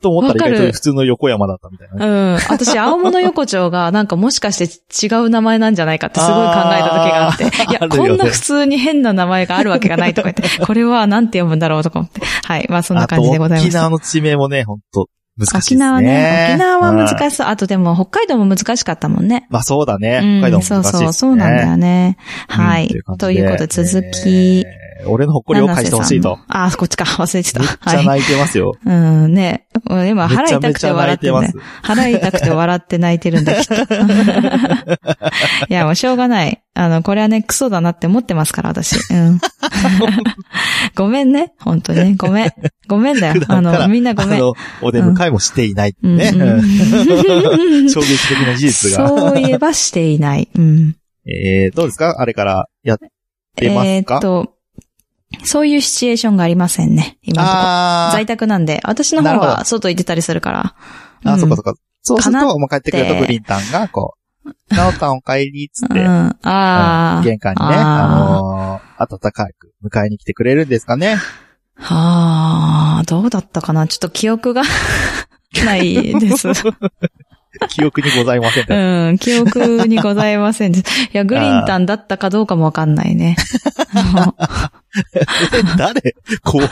と思ったら
わか
意
る
外と普通の横山だったみたいなね。
うん。私、青物横丁がなんかもしかして違う名前なんじゃないかってすごい考えた時があって。い
あ
や、
るよ
こ
ね
んな普通に変な名前があるわけがないと か言って、これはなんて読むんだろうとか思って。はい。まあそんな
あと
感じでございま
沖
す。
縄の地名もね、ほんと、難しいですね。
沖縄ね。沖縄は
い。
難しそう。あとでも北海道も難しかったもんね。
まあそうだね。
うん
北海道も難しいですね。
そうそう、そうなんだよね。は
うん
い。
と
と
い
いうう
こ
ことと
で
で続き。
えー俺の誇りを返してほしいと。
ああー、こっちか。忘れてた。
めっち
は
ゃ
い。
泣いてますよ。
うん、ね。今、
め
腹
ちゃ
痛
め
く
ち
て
ゃ泣
笑っ
い
て
て
る
ま
ね
す。。
腹痛くて笑って泣いてるんだ、 きっと。いや、もうしょうがない。あの、これはね、クソだなって思ってますから、私。 うん。ごめんね。本当にね。ごめん。ごめんだよ
普。
あ
段から
の、みんなご
あ
めん。
の、お出迎えもしていないって ね。
うんうん
うん 衝撃的な事実が。
そういえばしていない。うん。
えー、どうですかあれからやってます
えー
か
っと、そういうシチュエーションがありませんね。今のところ。
あー
在宅なんで、私の
なる
方
ほど
は外行ってたりするから。
あー、
うん
そっかそっか。そうする
かなっ
と、もう帰ってくるとブリンタンが、こ う、ナオタンお帰りっつっ
う
て
ん。、ああ
うん
ー。
玄関にね、あ
あ
のー、暖かく迎えに来てくれるんですかね。
はあ、どうだったかなちょっと記憶が ない です。
記憶にございません って。
うん、記憶にございませんです。いや、グリンタンだったかどうかもわかんな いね。
誰怖っ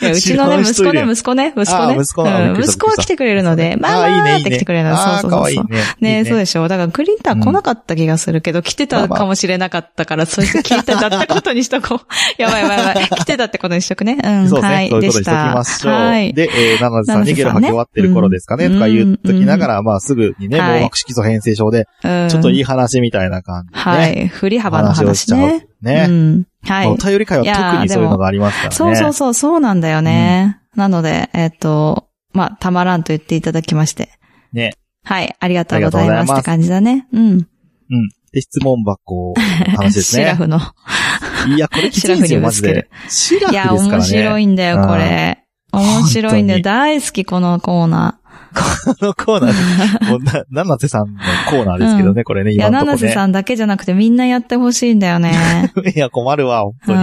いやうちのね、息子ね、息子ね、息子
あ
ね。
ー息子なの
うん
びっくりした
息子は来てくれるので、まあ
ー
まあ
い
っ
いね、いい
て来
ね
てくれるので、そう
あー
そうそ
か
う
わいい
そう。
ね。
ね
いい
そうでしょ。だから、グリンタン来なかった気がするけど、来てたかもしれなかったから、そういう聞いただったことにしとこう。やばいやばいやばい。来てたってことにしとくね。うん。
そうですね。
はい。
そういう
で
ことに
し
しときま
た。
しょう。
はい。
で、えー、七瀬さんにゲロ吐き終わってる頃ですかね、
うん
とか言っときながら、まあすぐにね、
はい
網膜色素変性症で、
うん
ちょっといい話みたいな感じで、ね。
はい。振り幅の
話をし
話
ちゃう
ね。。う
ね。
ん。は
まあお
い。
便り会は特にそういうのがありますからね。
そうそうそう、そうなんだよね。なので、えっと、まあ、たまらんと言っていただきまして。
ね。
はい。ありがとうござい
ありがとうござい
ます
ま
っ
す
て感じだね。うん。
で、質問箱の話です
シラ
ね。
フの。
いや、これきついですよ、
シラフに
マ
ぶ
ジ
つけ
で
る。
シラフ
い
です
や、
からね。
面白いんだよ、これ。面白いんだ
本当
よ。
に
大好き、このコーナ
このコーナー、もうな、七瀬さんのコーナーですけどね、これね、
ー。いや、
今のとこ
七
ね。
瀬さんだけじゃなくてみんなやってほしいんだよね。
いや、困る わ、本
う
当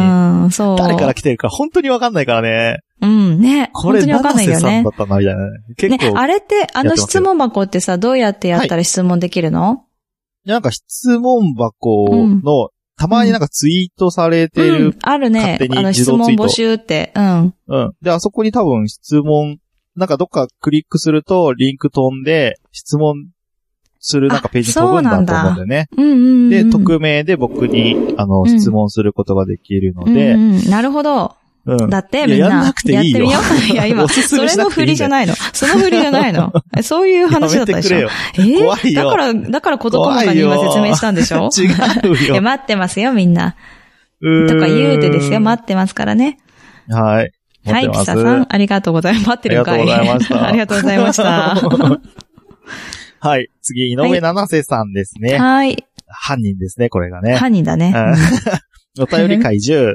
に。
ん、そう。
誰から来てるか、本当にわかんないからね。
うん、ね。
こ
本
れ、
当にわかん
七瀬
ないよ
さん
ね
だ。ったな、みたいなね。結
ね、
構、
あれって、あ
やっ
の
てますよ
質問箱ってさ、どうやってやったら質問できるの、
なんか質問箱の、たまになんかツイートされて
う
る
ん。。あるね
勝手。に
あの
自
質
動ツ
問
イート
募集って。うん。
うん。で、あそこに多分質問、なんかどっかクリックすると、リンク飛んで、質問するなんかページに飛ぶんだと思うんだよね。
うんうんうん。
で、匿名で僕に、あの、質問することができるの
う
で、
んうんなるほど。
うん。
だって、
いや
みんな。
やんなくていいよ
やってみよう。いや、
お
今、
すす
そ
めし
れ
な
の
くてい
振
い
り
ん
じ
だ
ゃ
よ
ないの。その振りじゃないの。えそういう話だったでし ょ。
や
えー
怖いよ
だから、だから事細かに今説明したんでしょ
めてくれよ。 違う
いや、
よ。
待ってますよ、みんな。
うーん
とか言うてですよ、待ってますからね。
はい。
は
待
い、
って
ピ
ま
サ
す
さん、ありがとうございます。待ってるんかい。
ありがとうございました
ありがとうございました。
はい。次、井上七瀬さんです ね。
はい。
犯人ですね、これがね。
犯人だね。
うんお便り会10。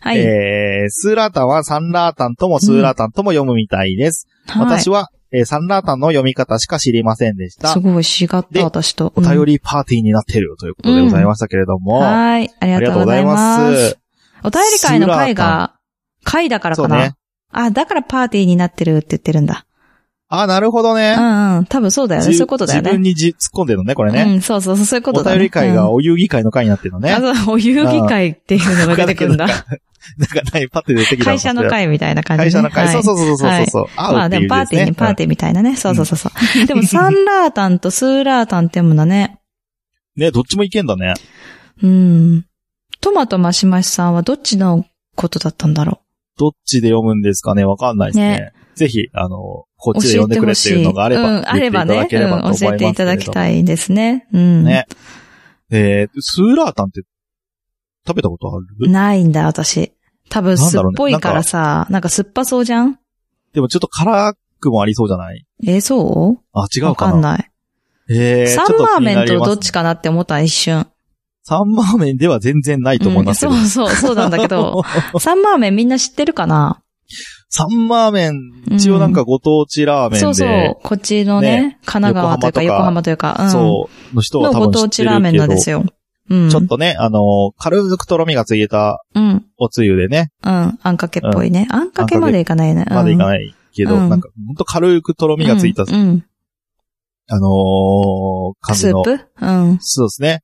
はい。
えー、スーラータンはサンラータンともスーラータンとも読むみたいです。私は、えーサンラータンの読み方しか知りませんでし
は
た
い、す。ごい、違っ
で
た、私と。
お便
り。
りパーティーになっているということでございましたけれども。あ
はい。あ
り
りが
が
と
とうご
うご
ざ
ざ
い
い
ま
ます。
す。
お便り会の会が、会だからか
そうね
な。あ、だからパーティーになってるって言ってるんだ。
あ、なるほど
う
ね。
んうん。多分そうだよね。そう
じ
いうことだよ
自分
ね。
にじ突っ込んでるのね、これね。
うん、そうそうそう、そういうこ
お
とだね。
便り会がお遊戯会の会になってるの
うん
ね。
あそうお遊戯会っていうのが出てくるんだ
他。なんか何パッて出てきた
会社の会みたいな感じね。
会社の会。
はい
そうそうそうそうそう。
ま
会う
あ
って
で
い
も
う
パー
字
ティ
で
ー
すね
にパーティーみたいなね。そうそうそうそう。でもサンラータンとスーラータンってもんだね。
ね、どっちもいけんだね。
うん。トマトマシマシさんはどっちのことだったんだろ
どっちで読むんですかねわかんないですね。ぜひ、あの、こ
う。
っちで読
教え
んでく
てほ
れって
しい。
いうのがあれば、
うん、あれば
言って。いただ
ね
ければと思い
うん、
ますけ
教
れども、
えていただきたいですね。うん。
ね。えー、スーラータンって、食べたことある
ないんだ、私。多
な
分
ん
酸
だ
っ
ろうね
ぽいからさ、なんか酸っぱそうじゃん
でもちょっと辛くもありそうじゃない
えー、そう
あ、違
わ
うか
かん
な。
ない。
えー、
サン
ちょっ
マ
と
ー
気に
メ
な
ン
り
と
ます
どっちかなって思った、一瞬。
サンマーメンでは全然ないと思いますけど。
うんそうそう、そうなんだ けど。サンマーメンみんな知ってるかな
サンマーメン、一応なんかご当地ラーメンで、
そうそう。こっちのね、神奈川というか
横
横
浜
浜というか、うん。
そう、の人は
の
多
ご
分
当
知って
地
るけど。
ラーメンなんですよ。うん。
ちょっとね、あの、軽くとろみがついた
うん。
おつゆでね、
うん。あんかけっぽいね。あんかけまでいかないね。うん
まだいかないけど、
うん
なんか、ほんと軽くとろみがついた、
うんうん。
あのー、感
ス
じ
ー
の。
プうん。
そうですね。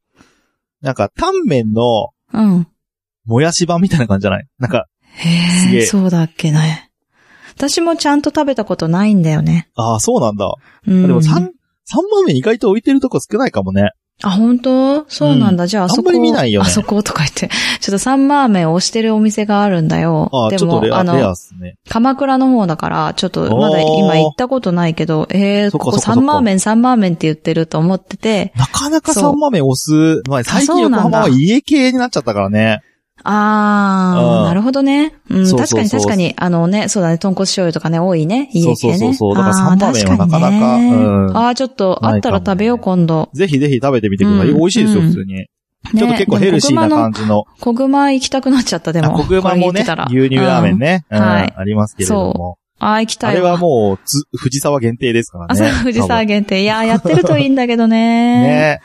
なんか、タンメンの、
うん。
もやし版みたいな感じじゃないなんか、す
へ
げえ
え、そうだっけね。私もちゃんと食べたことないんだよね。
ああ、そうなんだ。
うん。
でも三三番目意外と置いてるとこ少ないかもね。
あ、本当そうなんだ。じゃあ、あそこ。
あんまり見ないよね
あそことか言って。ちょっとサンマーメンを押してるお店があるんだよ。
ああ、
で
ちょっと
も
レ、ア、
あ
レア
の
っ、すね。
鎌倉の方だから、ちょっとまだ今行ったことないけど、えー、
そっか
こ
そっ
こ
かそっか
サンマーメン、サンマーメンって言ってると思ってて、
なかなか
そう
三番目押す。まあ、最近
そう
横
なんだ
浜は家系になっちゃったからね。
あ
うん
ー、なるほどね。うん、
そうそう
確かに
そう
確かに、あのね、そうだね、豚骨醤油とかね、多いね、家系ね。
そうそうそうそうだから
あー
サンマーメンはなかなか
確にね
うん
あー、ちょっと、あったら食べよう、
ない
今度。
ぜひぜひ食べてみてください。
うん
美味しいですよ、
うん
普通に。
ね
ちょっと結構ヘルシーな感じの。
小熊行きたくなっちゃった、で
あ、
も。
コク
こ
マ
れ言
も
って
ね
たら、
牛乳ラーメン。ね。うん、
はい
ありますけれども。
うんあー、行きた
あ
い
れ
わ。
はもう、つ、藤沢限定ですから
あ、そう
ね。
富士
多
山
分
限定。いやー、やってるといいんだけどね。
ね。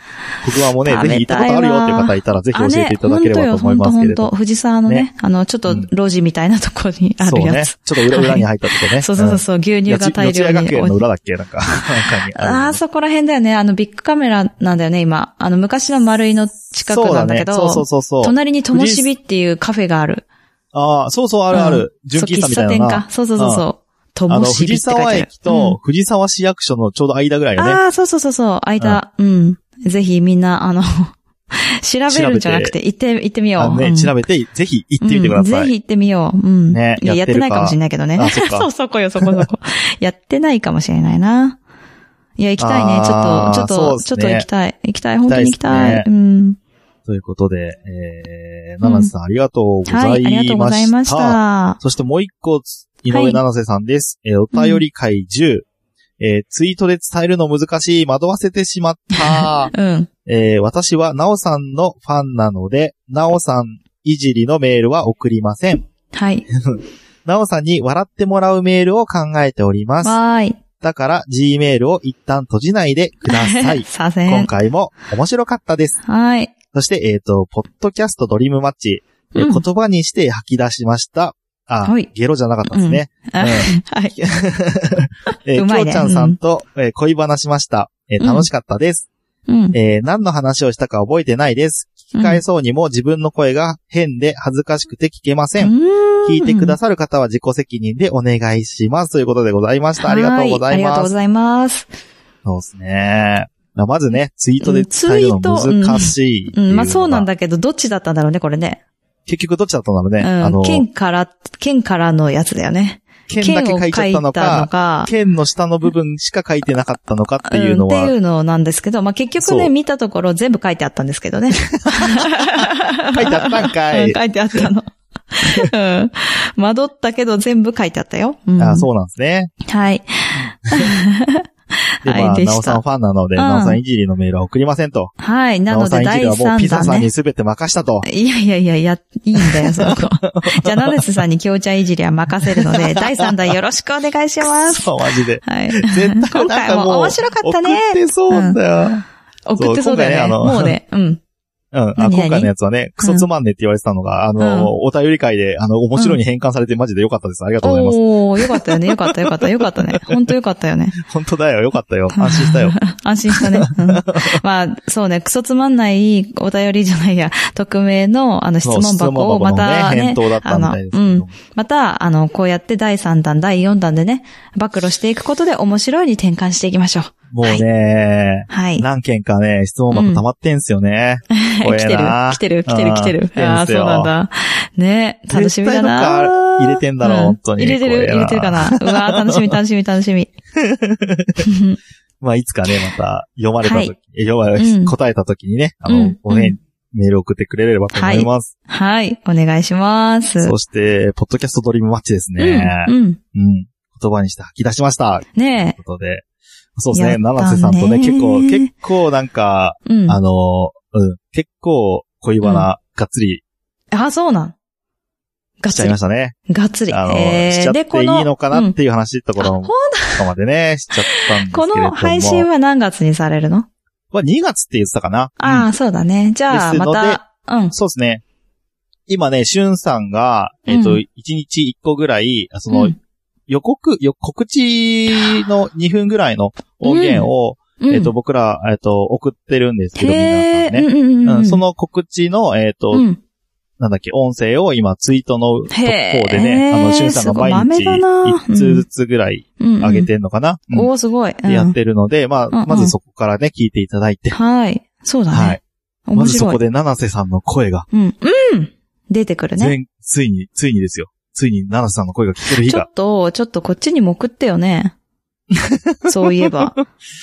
コクマもね、
食
ぜ
べたいわ
ひ行ったことあるよっていう方いたら、ぜひ教
あ
え
ね
ていただければと思いますけれ
ほんとよほんとほん
ど
と。富士山のね
ね、
あの、ちょっと路地みたいなとこにあ
そう
るや
ね。
つ。
ちょっと裏裏に入ったとこね。
そうそうそうそう、牛
うん。
乳
四
が
ツ
大
谷
量に
学園の
置いて。
裏だっけ なんか、なんかに
あ
あ
あ、
る。
そこら辺だよね。あの、ビッグカメラなんだよね、今。あの、昔の丸井の近く
そう
な
だ
んだ
ね
け。
そうそう
ど、
そうそう。
隣にともしびっていうカフェがある。
ああ、そうそう、あるある。純喫茶みたいな
そう喫茶店
な
か。。そうそうそうそう。と
あ
も
の、
しびっ
藤
て書いてあ
沢
る。
駅と藤沢市役所のちょうど間ぐらい
うん
よね。
ああ、そうそうそうそう、空いた。うん。ぜひみんな、あの、 調べるんじゃなくて、行って、行ってみよ
あの
う。う
ね、
ん
調べて、ぜひ行ってみてくだ
う
さ
んぜひ
い。
行ってみよう。うん。
ね
いや、や
や
っ
っててるか
ないかもしれないけどね。
あそっか
そう、そこよ、そこ そこ。やってないかもしれないな。いや、行きたいね。ちょ
あー
っと、ちょっと、
そうっ
ちょ
す
っ
ね
と行きたい。行きたい、本当に行きた
行
い。
きたいっす
うん。
ということで、えー、七瀬さんありがとうございました。
はい、ありがとうございました。
そしてもう一個、井
は
上
い
七瀬さんです。えーお便り会10。えーツイートで伝えるの難しい、惑わせてしま った。
うん。
えー私はなおさんのファンなので、なおさんいじりのメールは送りません。
はい。
なおさんに笑ってもらうメールを考えております。
わーい。
だから G メールを一旦閉じないでくださ い。
させ
今
ん。
回も面白かったです。
はい。
そして、えっ、と、ポッドキャストドリームマッチ、えー
うん
言葉にして吐き出しました。あ
はい、
ゲロじゃなかったですね。う
あ
ん
はい。
えー
う
き
ま
ょ
いうね
ちゃんさんと、えー恋話しました。えー
うん
楽しかったです。
うん。
えー何の話をしたか覚えてないです。聞き返そうにも自分の声が変で恥ずかしくて聞けません。聞いてくだ
さ
さる方は自己責任でお願いします。ということでございました。ありがとうござ
あ
い
りがと
ま
うご
す。
ざいます。
そうですね。まあまずね、ツイートで伝えるの難しいってい
う
のが
ん、まあそうなんだけど、どっちだったんだろうね、これね。
結局どっちだったんだろうね。あ
う
の
ん。、県から、県からのやつだよね。
剣だけ書いちゃったの
剣を書いた
か、
か
剣の下の部分しか書いてなかったのかっていうの
んっ
は
て、いうのなんですけど、まあ、結局
そ
ね、
う
見たところ全部書いてあったんですけどね。
書いてあったんか
うん
い。
書いてあっ たの。うん。惑ったけど全部書いてあったよ。うん、
あそうなんですね。
はい。
で、
はい
まあ、
でした
なおさんファンなので、
うん
なおさんいじりのメールは送りませんと。
はい。な
なお
の
さん
で
いじ
第
りはもうピ
3
ザさ
弾
ん
ね
に。全て任したと。
いやいやいや、や、いいんだよ、そこ。 じゃあ、なでさんに強ちゃんいじりは任せるの で、第3弾よろしくお願いします。
そう、マジで。
はい。
絶対
今
なん
回
かも
も
う、
面白かったね。
送ってそうだよ。
送ってそうだよ
そう今回
ね。
ねあの
もうね、 うん。
うん。あ、
何々
今回のやつはね、クソつまんねって言われてたのが、あ
うん
の、お便り会で、あの、面白いに変換されてマジでよかったです。ありがとうございます。
おー、よかったよね。よかったよかった。よかったね。本当よかったよね。
本当だよ。よかったよ。安心 したよ。
安心したね。うんまあ、そうね、クソつまんないお便りじゃないや、匿名の、あの、質
そう
問箱をま
質問箱の
た
ね、
ね
返、答だったみたいですけど
あのうんまた、あの、こうやって第3弾、第4弾でね、暴露していくことで面白いに転換していきましょう。
もうね、
はい。
何件かね、質問箱溜まってんすよね。怖えな
来てる、来てる、来てる、来
う
て
ん
る。ああ、
来てんす
そう
よ
なんだ。ね楽しみだな。
絶対どっか入れてんだろう
う
本当に
入れて
こ
る、
れな
入れてるかな。うわー楽しみ、楽しみ、楽しみ。
まあ、いつかね、また、読まれた
は
時、え読まれ
うん
答えた時にね、あ
う
の
ん、
ごめ
うん
ん、メール送ってくれればと思います。
はい、お願いします。
そして、ポッドキャストドリームマッチですね
う。ん、うん。
うん。言葉にして吐き出しました。
ね
ということで。そうです
や
ね。
ったね
七瀬さんとね、結構、結構なんか、
え。うん。
あのー、うん。結構、恋バナ、がっつり
あ、そうなん。がっ
しち
つ
ゃい
り
まし。たね。
がっつり。
あの、
えー
しちゃってい
でこ
いのかな
う
っ
ん
ていう話とこ
あ
ろ
ほん
も、とまでね、しちゃったんですけ
こ
れども。
の配信は何月にされるの
まあ、2月って言ってたかな。
あ
うん
あ、そうだね。じゃあ、
ですの
ま
で
た、うん。
そうですね。今ね、しゅんさんが、えっ、と、
う
1日1個ぐらい、その、
うん
予告、よ告知の2分ぐらいの音源を、えっ、と、僕ら、えっ、と、送ってるんですけど、皆さんね。
うんうんうん
うんその告知の、えっ、と、
うん
なんだっけ、音声を今、ツイートの特攻で
へ
ね、
ー
あの、しゅんさんが毎
すご
日
い豆だな
1通ずつぐらい
うんうん
上げてんのかな、うん
おー、すごい。うん
でやってるので、まあ、
うんうん
まずそこからね、聞いていただいて、
はい。そうだね。
はい。ま
面
ずそ
白い。
こで、七瀬さんの声が、
うん。うん出てくるね。
全、ついに、ついにですよ。ついに、七瀬さんの声が聞ける日
ちょ
が。
っと、ちょっとこっちにも送ってよ ね。そういえば。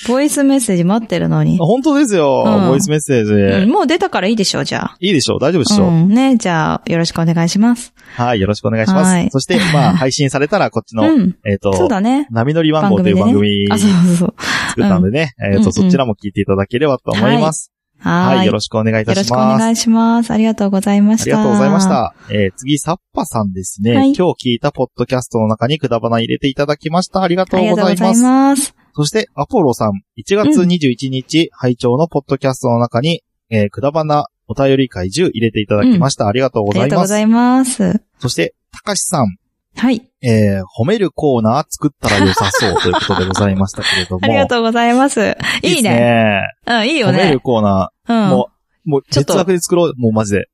ボイスメッセージ待ってるのに。
本当ですよ、
うん
ボイスメッセージ。
うんもう出たからいいでしょう、じゃあ。
いいでしょう大丈夫でしょう、
うん。ね、じゃあ、よろしくお願いします。
はい、よろしくお願いしま
はい
す。そして、ま あ、配信されたら、こっち
う
の、
ん。
えっ、と、
そうだね。
波乗り番号という番
番
組
あ、そうそうそう。
作ったんでね、えっ、
うんう
と、
ん
そちらも聞いていただければと思います。
は
はい、
ーい。
よ
よ
ろしくお願いいた
ろ
し
しくお
ます。
願いします。ありがとうございまし
あ
た。
りがとうございまし。た。えー次、サッパさんですね、
はい
今日聞いたポッドキャストの中にくだばな入れていただきました。ありがと
あ
う
りが
ご
とう
ざ
ご
い
ざ
ま
い
す。
ます。
そして、アポロさん、1月21日、拝聴のポッドキャストの中に、えーくだばなお便り会10入れていただきました。ありがとうご
あり
ざ
が
い
とう
ま
ご
す
ざ。います。
そして、たかしさん、
はい。。
えー褒めるコーナー作ったら良さそうということでございましたけれども
ありがとうございます。いい
で
ね。うん、いい
す
よ
褒める
ね。
コーナ
うん。
ー、
ハ
もう、もう、
ちょっと
哲学で作ろう。もうマジで。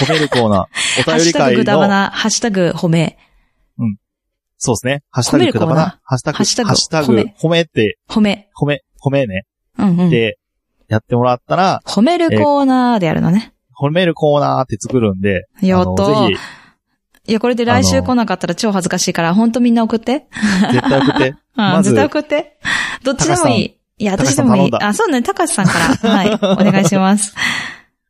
褒めるコーナ ー。お
ッ
便
シ
り
ュタグ
会
ぐだば
の、
な、ハッシュタグ褒め、
そうですね。ハッシュタ
褒め
グ
る
く
コ
だ
ーナー
ばな。ハッシュタグ、
ハッシュタグ
ハッシュタグ
褒め、
褒めって、
褒め。
褒め、褒めね。
うんうん。
で、やってもらったら、
褒めるコーナーでやるのね。
褒めるコーナーって作るんで、
や
あ
っ
の
と
ぜ。
いや、これで来週来なかったら超恥ずかしいから、ほんとみんな送って。
ひ、絶対送って。
あ
まず
絶対送って。 どっちでもいい。い
高
や、
橋
私
さ
で
ん
もい
頼ん
い。
だ
あ、そうね、高橋さん から。はい。お願いします。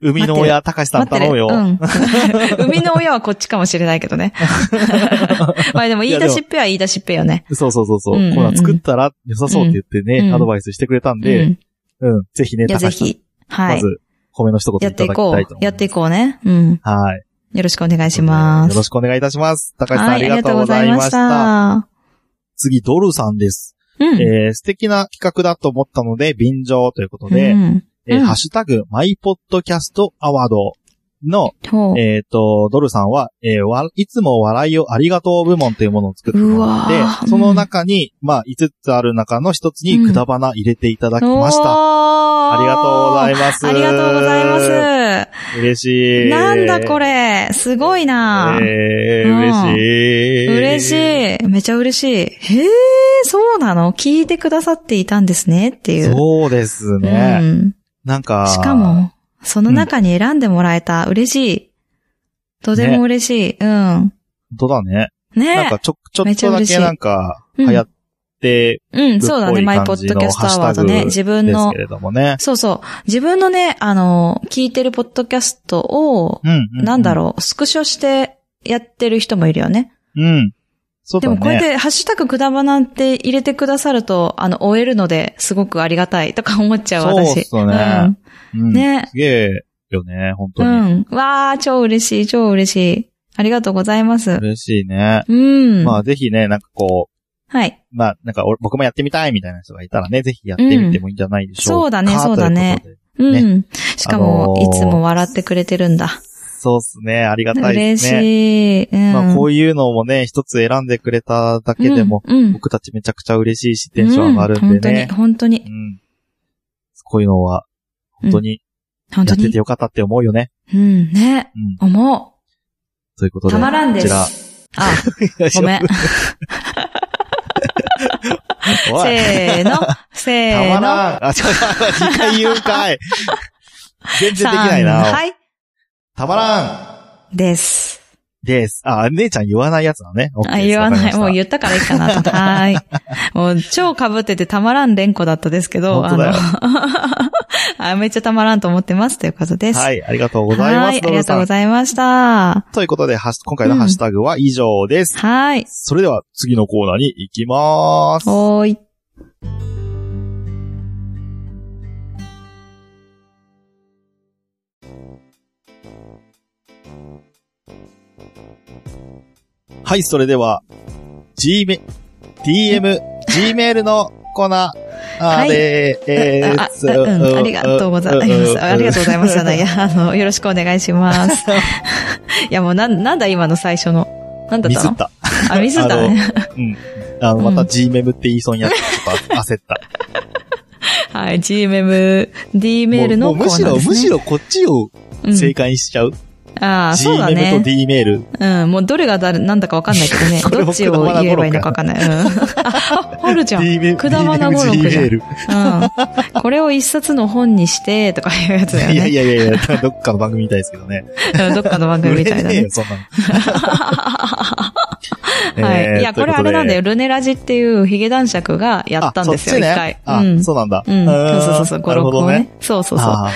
生みの親、たかしさん
待って
頼む
る。
よ。
うん。 生みの親はこっちかもしれないけ どね。まあでも、言い出しっぺは言い出しっぺよね。
そうそうそうそう。
うんうんうん
コーナー作ったら良さそうって言ってね、
うん
アドバイスしてくれたん
うん。
で、
い
うん、ぜひね、
や、
高
ぜ
橋さん、
ひ。は
ま
い。
ず、褒めの一
や
言い
って
た
い
だきたいと
こ
思います。
う。やっていこうね。うん。
はい。
よろしくお願いします。
よろしくお願いいたします。高橋さん、
は
あ
い、
りがとうございまし
あり
た。
が
次、ドルさんです。
とうございました。
えー素敵な企画だと思ったので、便乗ということ
うん。
で、
うん
えー
うん
ハッシュタグ、マイポッドキャストアワードの、
ほう
えっ、と、ドルさんは、えーわ、いつも笑いをありがとう部門というものを作ってもら
うわ
って、
ー
その中に、まあ、5つある中の1つに、くだばな入れていただきました。
おー
ありがとうございます。
ありがとうございます。
す。嬉しい。
なんだこれ、すごいな、
え
う
ー、
ん
嬉しい。
嬉しい。めちゃ嬉しい。へえ、そうなの聞いてくださっていたんですねっていう。
そうです
う
ね。
ん。
なんか、
しか、も、その中に選んでもらえた。嬉しい。とても嬉しい。うん。
本当だね。
ね
なんかちょ、ちょ
め
っ
ちゃ
とだ
嬉しい
けなんか、流行って
うん、そうだ
ぶっぽ
ね。
い
マイポ
感じ
ッ
の
ドキャストアワード
ハッシュタ
ね。
グ
自
で
分
す
の
け、れどもね。
そうそう。自分のね、あの、聞いてるポッドキャストを、
うん、う
なんだろう、スクショしてやってる人もいるよね。
う。うん。そう
で
だね。
もこれで、ハッシュタグくだばなって入れてくださると、あの、終えるので、すごくありがたいとか思 っちゃう、
そうっ
私。
すよねうん、
ね
すげえよね、本
う
当に。
ん。うん。わー、超嬉しい、超嬉しい。ありがとうございます。
嬉しいね。
うん。
まあ、ぜひね、なんかこう、
はい。
まあ、なんか俺僕もやってみたいみたいな人がいたらね、ぜひやってみてもいいんじゃないでしょうか。
うんそうだねそうだね
ということで。
うん。しかも、
あのー
いつも笑ってくれてるんだ。
そうっすね、ありがたいで
嬉
す
し
ね。
い。うん。
まあ、こういうのもね、一つ選んでくれただけでも、
うん、うん。
僕たちめちゃくちゃ嬉しいし、テンション上がるんでね
う。本当
う
に、
ん。こういうのは、本当に、
本
や
当
ってて
に。
よかったって思うよね。
うん、ね。
うん。
思
ということ
う。
で。
たまらんで
こ
す。あ、
ちら。
ごめん。
おい。
せ ーの、せ
たま
ー
ら
の。
ん。あ、ちょ、2回言うん かい。全然できない
さんは
な。
い。
たまらん。
です。
です。あ、姉ちゃん言わないやつだね。
あ、言わない。もう
う。
言ったからいいかなと思って。は ーい。もう超被っててたまらん連呼だったですけど、
本当だよ
あ、めっちゃたまらんと思ってますということです。。
はいい、ありがとうござい
は
ま
ー
す。
い。ありがとうご
い
ざいました。は
ということで、ハッシュ今回のハッシュタグは以上です。
ーい。
それでは次のコーナーに行きまーす。
おーい。
はい、それでは、G メ、DM、Gmail のコーナー
はい
でー
あ
す。
あうんありがとうございます。あありがとうございますじ ゃない。いや、あの、よろしくお願いします。いや、もうなん、なんだ今の最初の。なんだ
ミ
った
スっ
の
た。
あ、ミスったね。
うん。あの、
うん
また G メムって言いそうになって、ちょっと焦った。
はい。Gmm、D メール
も
の
う
コ
も
ー
う
ナ
むしろ、
ーですね。
むしろこっちを正解にしちゃう。
うん、ああ、
G
そうだ
メムと
ね。
D メール。。
うん。もうどれが誰、なんだかわかんないけどね
これも
どっちを言えばいいのかわかんない。うん。あ、あるじゃん。
D メム、
くだばな語
D メ
録
ム
じ
G
ゃん
メール。
うん。これを一冊の本にして、とかいうやつだよね。
いやいやいやいや、どっかの番組みたいですけどね。
うんどっかの番組みたいだ
売れねえ
ね
よ、。 そんなの。
はい。いや、これあれなんだよ。
っ
ルネラジっていうヒゲ男爵がやったんですよ、一回。
あ、
うん。
そうなんだ。
うん。そうそうそう、語
なる
録
ほど
を
ね
ね。。そうそうそ
あ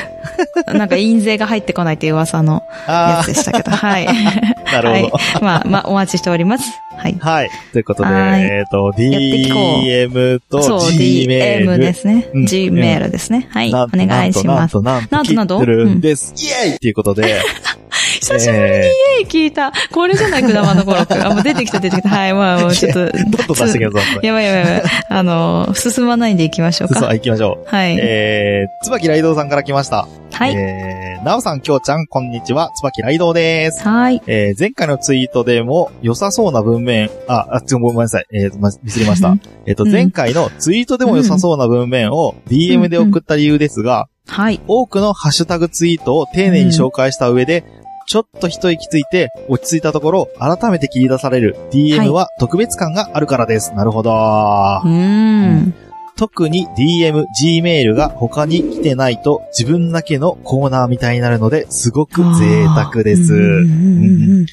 う。なんか、印税が入ってこないっていう噂の
ー
や
あ
つでしたけど、はい。
ー、なるほど。
はい。まあ、まあ、お待ちしております。はい。
はい。ということで、
はい
えっと、
やっていこう
DM
そ
と
う、
G メ
DM
ー
で
ル。
すね。
うん
G メールですね。はい。
な
お
んと
願いします。
なんと、
な
なんん
と
と、
な
なんん
と
と、切ってるんです。イエーイっていうことで。
久しぶりに
え
えー聞いた。これじゃない、くだまの語録。あ、もう出てきた、出てきた。はい、まあ、もうちょっと。
ーどんどん出してください。
やばいやばいやばい。 あの、進まないんでいきましょう
そう、
か。
行きましょう。
はい。
えー、つばきらいどうさんから来ました。
はい。
えー、なおさん、きょうちゃん、こんにちは。つばきらいどうです。
はい。
えー前回のツイートでも良さそうな文面、あ、あ、ちょ、ごめんなさい。えーと、まミスりまし
う
た
ん。
えっと、
うん
前回のツイートでも良さそうな文面を DM で送った理由ですが、
はい。
多くのハッシュタグツイートを丁寧に紹介した上で、ちょっと一息ついて落ち着いたところ、改めて切り出される DM は特別感があるからです。なるほど。
うーん。
特に DM、Gmail が他に来てないと自分だけのコーナーみたいになるので、すごく贅沢です。
うんうんうん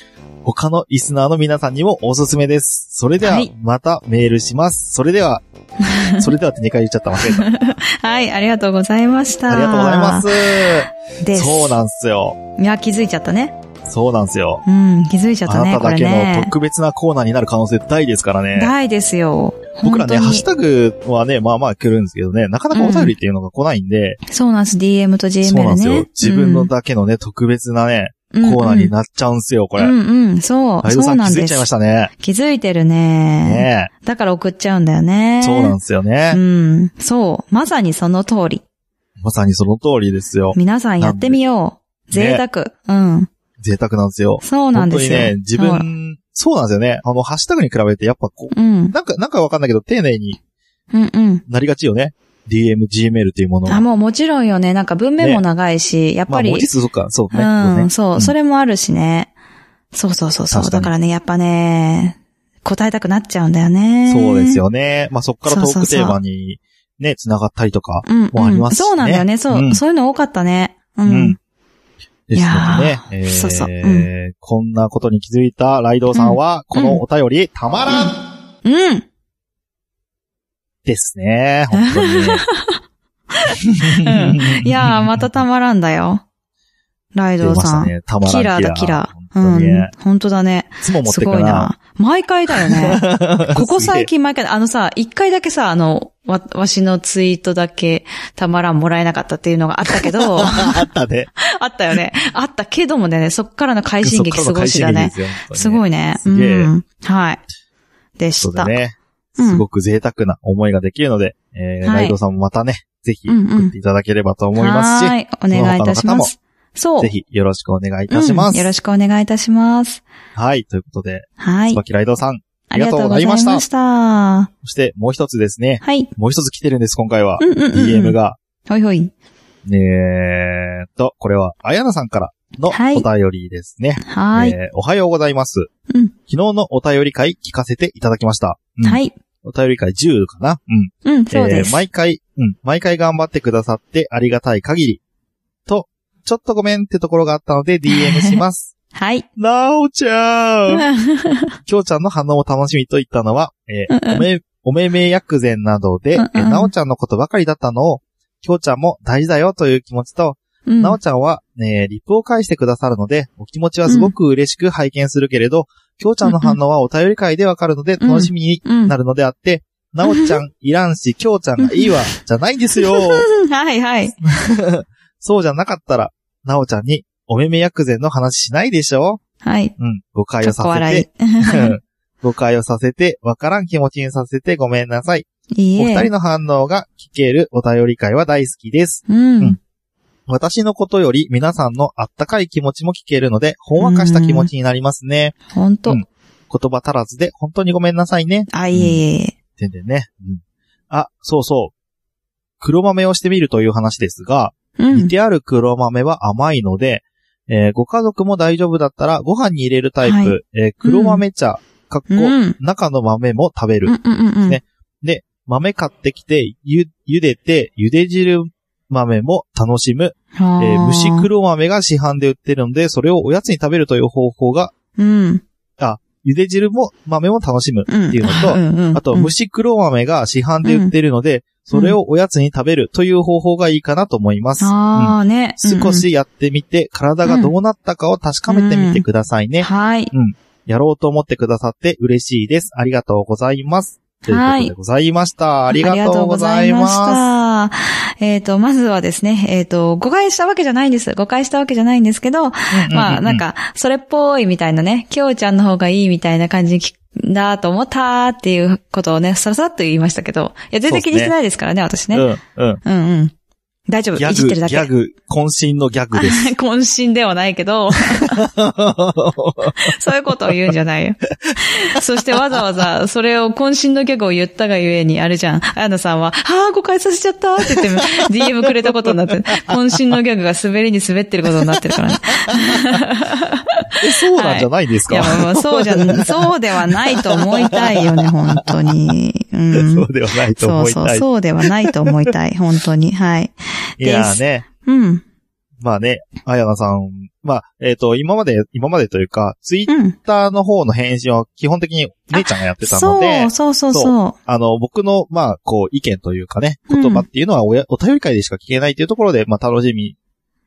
他のリスナーの皆さんにもおすすめです。それでは
はい、
またメールします。それで は、それではって2回言っちゃった。忘れた。
はい、ありがとうございました。
ありがとうございます。
す。です。
そうなんすよ。
いや、気づいちゃったね。
そうなんすよ。
うん、気づいちゃった
あ
ね、
な
こ
ただ
れ
けの
ね。
特別なコーナーになる可能性大ですからね。
大ですよ。
僕らね、ハッ
本当
シュ
に
タグはね、まあまあ来るんですけどね、なかなかお便りっていうのが来ないんで、
そうなんです、DM と GM
そ
ね。
うなんですよ。自分のだけのね、特別なね、
コ
コーナーになっちゃうんすよ、こ
こ
れ。
うんうん、そ
ラ
う、
イド
そ
さ
うん
気
な
づ
ん
い
で
ちゃいまし
す。
たね。
気づいてるね。
ね
だから送っちゃうんだよね
え。。そうなんですよね
う。ん、そう、まさにその通り。
まさにその通りですよ。
皆さんやってみよう。
なんで
贅沢。うん。
贅沢なんですよ。
そうなんですよ。
本当にね、自分、そうなんですよね。あの、ハッシュタグに比べて、やっぱこう、
うん。
なんか、なんかわかんないけど、丁寧に
うんうん。
なりがちよね。DM、Gmail というものは。
あ、もうもちろんよね。なんか文面も長いし、やっ
ま
ぱ
あ、
り。
文字数とか、そうね。
うん、そう、
ん
それもあるしね。そうそうそうそう。
確か
だ
に
からね、やっぱね、答えたくなっちゃうんだよね。
そうです。よね。まあ、そっからト
そ
ー
う
ク
そうそう
テーマに、ね、繋がったりとか、
うん、
もあり
う
ま
ん。
すしね
そうなんだよね。そう、
うん
そういうの多かったね。う
うん
ん。
ですのでね。
いやー
えー
そうそうう
こんなことに気づいたライドウさんは、このお便り、たまらん
うん。
ですね。本当にね
いやー、またたまらんだよ。ライ
出
ド
ま
ウ
し
さ
た
ん。
ね。たまらん。
キラーだ、キラー。
本当にね
うん。本当だね。
いつも持っ
す
てく
ごいな。毎回だ よね。
な。
ここ最近毎回、あのさ、一回だけさ、あの、わ、わしのツイートだけたまらんもらえなかったっていうのがあったけ ど、あ
あったね。
ったよね。あったけどもね、そっからの快進撃すごいしだね。
そっからの快進撃ですよ。本当にね
すごいね。う
すげえ
ん。はい。で
そ
し
うだ
た。
ね。
うん
すごく贅沢な思いができるので、えー、
は
ラ
い
イドさんもまたね、ぜひ
うんうん
送っていただければと思います
は
し、
い。お願いいたします。そう。
ぜひよろしくお願いい
うん
たします。
よろしくお願いいたします。
はい、ということで、
は
椿
い。
ライドさん、
ありがとうございま
ありがとうございま
した。は
そしてもう一つですね、
い。
もう一つ来てるんです、今回は。
うんうんうん。
DM。が、
ほいほい。
えーっと、これは、あやなさんからのお
はい
便りですね。
はい。
えーおはようございます。
うん
昨日のお便り会聞かせていただきました。うん
はい。
お便り会10かなうん。
うん、そうで
えー
す。
毎回、うん、毎回頑張ってくださってありがたい限り。と、ちょっとごめんってところがあったので DM し ます。
はい。
なおち ゃんきょうちゃんの反応も楽しみと言ったのは、えー
うんうん
おめ、おめめ薬膳などで、
うんうん
えーなおちゃんのことばかりだったのを、きょうちゃんも大事だよという気持ちと、
うん
なおちゃんは、ね、リプを返してくださるので、お気持ちはすごく嬉しく拝見するけれど、きょうちゃんの反応はお便り会でわかるので、
うん
楽しみに
うん
なるのであって、なおちゃんいらんし、きょうちゃんがいいわ、じゃないんです よ。
うん はいはい。
そうじゃなかったら、なおちゃんに、おめめ薬膳の話しないでしょ
はい。
うん、誤解
か
を
っこ
させ
笑
て、誤解をさせて、わからん気持ちにさせてごめんなさい。
い。 いい
お二
え。
人の反応が聞けるお便り会は大好きです。
う
うんん。私のことより皆さんのあったかい気持ちも聞けるので、ほんわかした気持ちになりますね。
ほんと
うん。言葉足らずで本当にごめんなさいね。
あ、いえいえいえ。
てんてんね。うん。あ、そうそう。黒豆をしてみるという話ですが、
う
煮
ん。
てある黒豆は甘いので、えーご家族も大丈夫だったらご飯に入れるタイプ、えー黒豆茶、かっこ、
うん。
中の豆も食べる
う。んうんうん。
ね豆買ってきて、ゆ、茹でて、茹で汁豆も楽しむ。え
はあ
ー蒸し黒豆が市販で売ってるので、それをおやつに食べるという方法が、
うん。
茹で汁も豆も楽しむ
うん。
っていうのと、
んうん
あと蒸し黒豆が市販で売ってるので、それをおやつに食べるという方法がいいかなと思います。
ああ、ね。
うん少しやってみて、体がどうなったかを確かめてみてください
うんう
ね
ん。。はい。
やろうと思ってくださって嬉しいです。ありがとうございます。ということでございました。ありがとうございます。
ありがとうございました。えっ、と、まずはですね、えっ、と、誤解したわけじゃないんです。誤解したわけじゃないんですけど、まあ、なんか、それっぽいみたいなね、きょうちゃんの方がいいみたいな感じに聞くだと思ったっていうことをね、さらさらっと言いましたけど、いや、全然気にしてないですからね、私
う
ね。
んうん、うん、うん。
うんうん。大丈
ギ
夫。いじ
ャ
ってる
グ、
だ
ギ
け。
ャグ、渾身のギャグ です。
渾身ではないけ ど、そういうことを言うんじゃないよ。そしてわざわざ、それを渾身のギャグを言ったがゆえに、あれじゃん。あやなさんは、はあ、誤解させちゃったって言って、DM くれたことになって、渾身のギャグが滑りに滑ってることになってるからね。
え、そうなんじゃないです
いや、
か、
もうそうじゃ、そうではないと思いたいよね、本当に。う ん。
そうではないと
そう
思い
そう、
たい。
そうではないと思いたい、本当に。はい。
いやーね。
うん。
まあね、あやなさん、まあ、えっ、と、今まで、今までというか、ツイッ
うん。
ターの方の返信は基本的に姉ちゃんがやってたので
そう、、そうそ
そ
うそ
あの、僕の、まあ、こう、意見というかね、
うん
言葉っていうのはおや、お便り会でしか聞けないというところで、まあ、楽しみ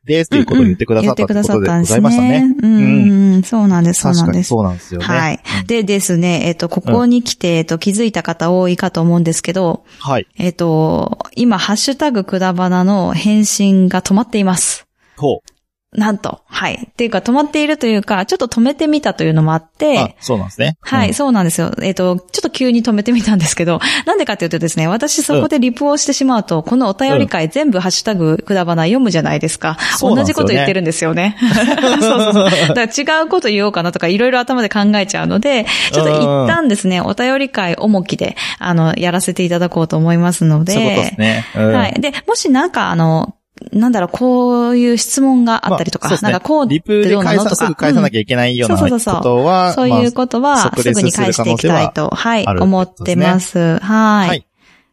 ですと
う。
いうことを言ってくださったということでございましたね。
言ってくださったんですね。うんうんうん。そうなんです、そう
確
なん
か
で
に
す。
そうなんですよね。
は
うん
い。でですね、えっと、ここに来て、えっと、気づいた方多いかと思うんですけど、
はい。
えっと、今、ハッシュタグくだばなの返信が止まっています。
ほう。
なんと。はい。っていうか、止まっているというか、ちょっと止めてみたというのもあって、
あ、そうなんですね。
はい、
うん
そうなんですよ。えっ、と、ちょっと急に止めてみたんですけど、 なんでかっていうとですね、私そこでリプをしてしまうと、このお便り会全部ハッシュタグくだばな読むじゃないですか。
そうな
同
んです
じ
よね
こと言ってるんですよ ね。そうそうそう。だから違うこと言おうかなとか、いろいろ頭で考えちゃうので、ちょっと一旦ですね、お便り会重きで、あの、やらせていただこうと思いますので、
そういうことですね。うん
はい。で、もしなんかあの、なんだろう、こういう質問があったりとか、
まあそうです
な
ね
んかこうっ
リプ
て
で
どうな
返
の
さ、
とか。
すぐ返さなきゃいけないような
うん
こ
そうそうそう
とは、
そういうことは、
まあ
すぐに返していきたいと、はい、
ある
思ってます。はい。
はい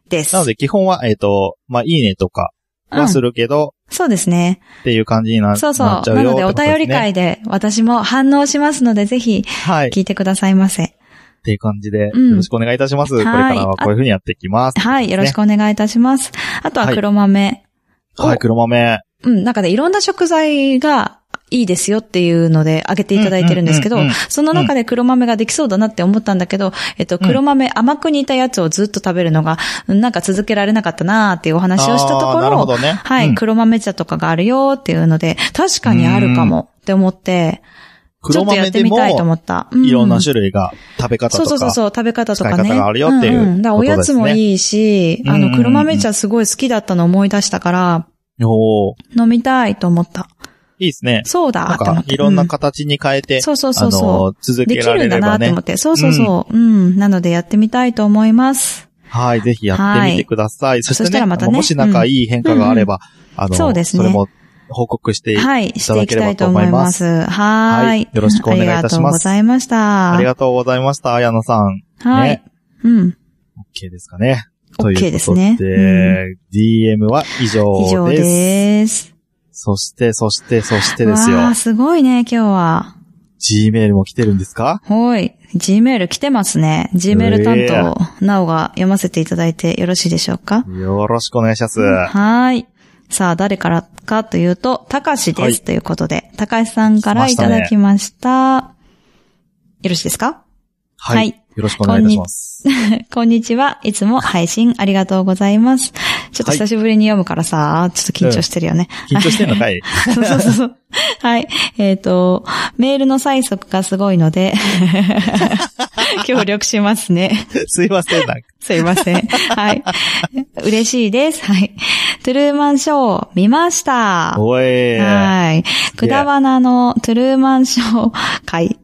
です。
なので基本は、えっ、と、まあ、いいねとか
うん
はするけど、
そうですね。
っていう感じにな
そうそう。
な
な
っちゃうよ
ので、
ってこ
お
とすね
便り会で私も反応しますので、ぜひ
はい。
聞いてくださいませ。
っていう感じで、よ
うん
ろしくお願いいたします。
はい
これからはこういうふうにやっていきます。
はい、よろし
く。
くお願いいたします。あとは
はい
黒豆。お
はい、黒豆。
うん、なんかね、いろんな食材が、いいですよっていうので挙げていただいてるんですけど
うんうんうんうん、
その中で黒豆ができそうだなって思ったんだけど、えっと、黒豆甘く煮たやつをずっと食べるのが、なんか続けられなかったなーっていうお話をしたと
あー
こ
なる
ろ
ほ、どね。
はい、
うん
黒豆茶とかがあるよっていうので、確かにあるかもって思って、ちょ
黒
っとや
豆
って
で
みたいと
も、
思った。う
いろんな種類が、食べ方
そうそ
と
うそう
か
そ、う、食べ方とかね。
使い方があるよっていうん
んだからおやつもいい
こ
し、
とですね
あ
うんうん
の、
うん
黒豆茶すごい好きだったの思い出したから、
おー
飲みたいと思った。
いいですね。
そう
な
だ
ん
と思
か
っ、て。
いろん
う
な形に変えて、
そうそう
あ
そうそ
の、続
う。で
け
き
ら
る
れ
んだ
れ
な
ば
と
ね
思っ。て。そうそうそう。うん。なのでやってみたいと思います。
はい、ぜひやってみてください。そして
そした
ね、
らまたね
もしなんかいい変化があれば、あの、
そうですね
れも報告していた
はい。して
だ
い
け
き
れ
た
ば
い
と
と
思
思
い
い
ま。
ますす。はー
はいい。よろしくお願いいたします
ありがとうございました。
ありがとうございました、あやなさん。
は
ね
い。うん。
OK ですかね。
OK ですね
ということで、DM は以上です。
以上です。
そして、そして、そしてですよ
わ。あ、すごいね、今日は。
Gmail も来てるんですか
ほい。Gmail 来てますね。Gmail 担当、なおが読ませていただいてよろしいでしょうか
よろしくお願いします。
はーい。さあ、誰からかというと、たかしです、
はい
ということで、たかしさんからいただきました。よろしいですか
は
はい
い。よろしくお願いいたします。
こんにちは。いつも配信ありがとうございます。ちょっと久しぶりに読むからさ、ちょっと緊張してるよね。
緊張してんの かい
そうそうそう。はい。えっ、と、メールの催促がすごい ので、協力しますね。
すいません。なんか
すい ません。はい。嬉しいです。はい。トゥルーマンショー、見ました。
おい。
はい。くだばなのトゥルーマンショー会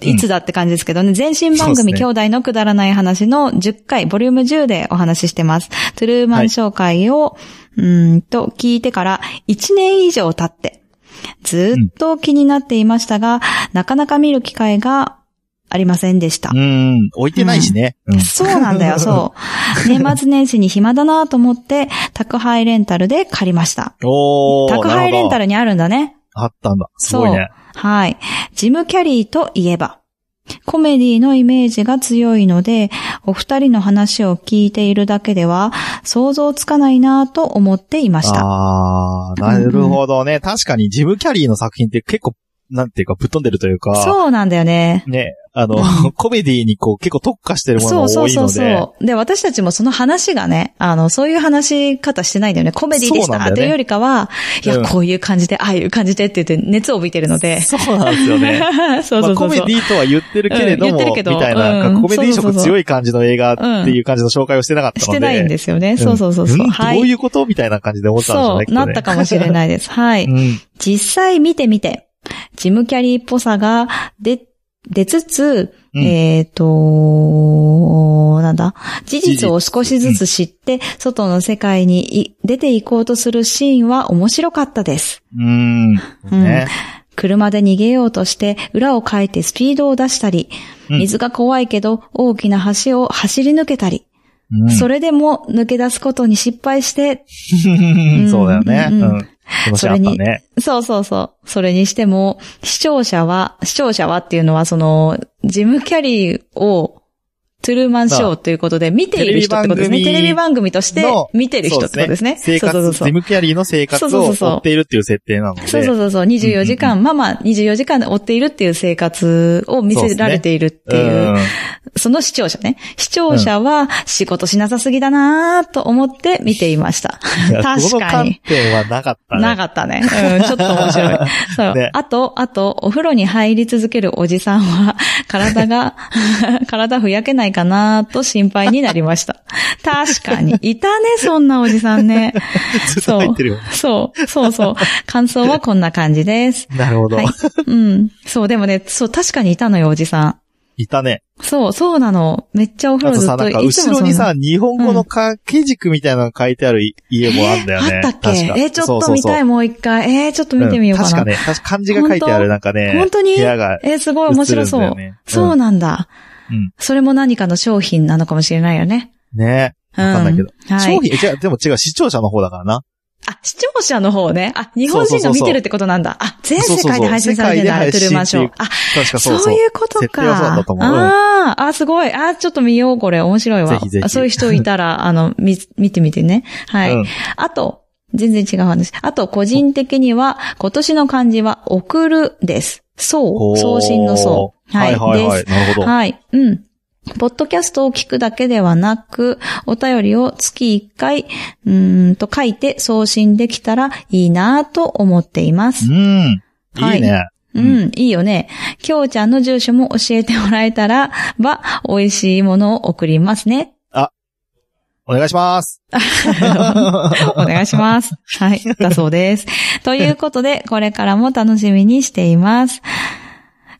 いつだって感じですけどね、前身番
そう
組、
ですね
兄弟のくだらない話の10回、ボリューム10でお話ししてます。トゥルーマン紹介を、うーんと聞いてから1年以上経って、ずっと気になっていましたが、なかなか見る機会がありませんでした
う。ん、置いてないしね。うん。
そうなんだ よ、そう。年末年始に暇だなと思って、宅配レンタルで借りました。
おー、
宅配レンタ
ル。
ルにあるんだね。
あったんだ。すごいね。
はい。ジム・キャリーといえば、コメディのイメージが強いので、お二人の話を聞いているだけでは、想像つかないなぁと思っていました。
あー、なるほどね。確かにジム・キャリーの作品って結構、なんていうか、ぶっ飛んでるというか。
そうなんだよね。
ね、あの、
う
コメディにこう結構特化してるもの
そう
が
そ
多
う
い
そ
の
う
で。
そう。で、私たちもその話がね、あの、そういう話し方してないんだよね。コメディでし
そうなんだ
た
よね
というよりかは、いや、
うん
こういう感じで、ああいう感じでって言って熱を帯びてるので。
そうなんですよね。
そう
ま
そ
あ、
うそ
コ
う
メ
そう。
ディとは言ってるけれど
うん
も、
言ってる
み
けど
たいな、
うん
コメディ色強い感じの映画っていう感じの紹介をしてなかったので。
してないんですよね。そうそうそうそう。
んど
は
う
い。
いうことみたいな感じで思ったんでしょう
そ
ね、き
う、
とね
なったかもしれないです。はい。
うん。
実際見てみて、ジムキャリーっぽさが出、出つつ、
うん
えっ、と、なんだ、事実を少しずつ知って、外の世界にい出ていこうとするシーンは面白かったです。
うん。ね。
車で逃げようとして、裏をかいてスピードを出したり、
うん
水が怖いけど大きな橋を走り抜けたり、
うん
それでも抜け出すことに失敗して、ん
そうだよね。
う
うんん。面白かったね。
そうそうそう。それにしても、視聴者は、視聴者はっていうのは、その、ジム・キャリーを、トゥルーマンショーということで、見ている人ってことですね。
テ
テ
レビ番組
レビ番組として
の
見てる人ってことですね。
生
そうそう
活、
そう
ジム・キャリーの生活
そうそう
を
そうそう
追っているっていう設定なので。
そうそうそうそう、24時間、まあまあ、24時間で追っているっていう生活を見せられているっていう、
うん
その視聴者ね。視聴者は、仕事しなさすぎだなと思って見ていました。
いや
確
その
かに
観。点はなかったね。
なかったね。うん、ちょっと 面白い。そう。
ね
あと、あと、お風呂に入り続けるおじさんは、 体が、体ふやけないかなと心配になりま した。確かに。いたね、そんなおじさんね。
ずっと入ってるよ。
そう、そうそう。感想はこんな感じです。
なるほど
はい。うん。そう、でもね、そう、確かにいたのよ、おじさん。
いたね。
そう、そうなの。めっちゃお風
あ
呂
と
ずっ
さ、
と、
なんか
いつ
後
も
ろ
そん
に
な。
さ、日本語の掛け軸みたいなのが書いてある家もあるんだよね。
あったっけ
確か
えーちょっと
そうそう
見
そう
たい、もう一回。えーちょっと見てみようか
ん
な。
確かね、確か漢字が書いてある、なんかね、
本当に
部屋が
えーすごい面白そう。
映るんだよねうん
そうなんだ。
うん
それも何かの商品なのかもしれないよね。
ね、
うん。
わかんないけど。
はい
商。品、え違う、でも違う、視聴者の方だからな。
あ、視聴者の方ね。あ、日本人が見てるってことなんだ。あ、全世界で配信され
そうそうそう世界
てるんだ、
で配
ト
信
ゥルーマンショー
って。
あ、
確か
そ
そううそう。
いうこと
設定はそうだ
か
ったと。思ううん
あーあ、すごい。あー、ちょっと見よう、これ。面白いわ。
ぜひぜひ
あそういう人い たら、あの、見、見てみてね。はい。
うん
あと、全然違う話。あと、個人的には、今年の漢字は、送るです。そう。送信の
そ
そう。
うはいはい
です
はい。なるほど。
はい。うん。ポッドキャストを聞くだけではなく、お便りを月1回、うーんと書いて送信できたらいいなぁと思っています。
うん。
はい
いいね。う
う
ん
ん、いいよね。きょうちゃんの住所も教えてもらえたらば、美味しいものを送りますね。
お願いし ます。
お願いします。はい、だそうです。ということで、これからも楽しみにしています。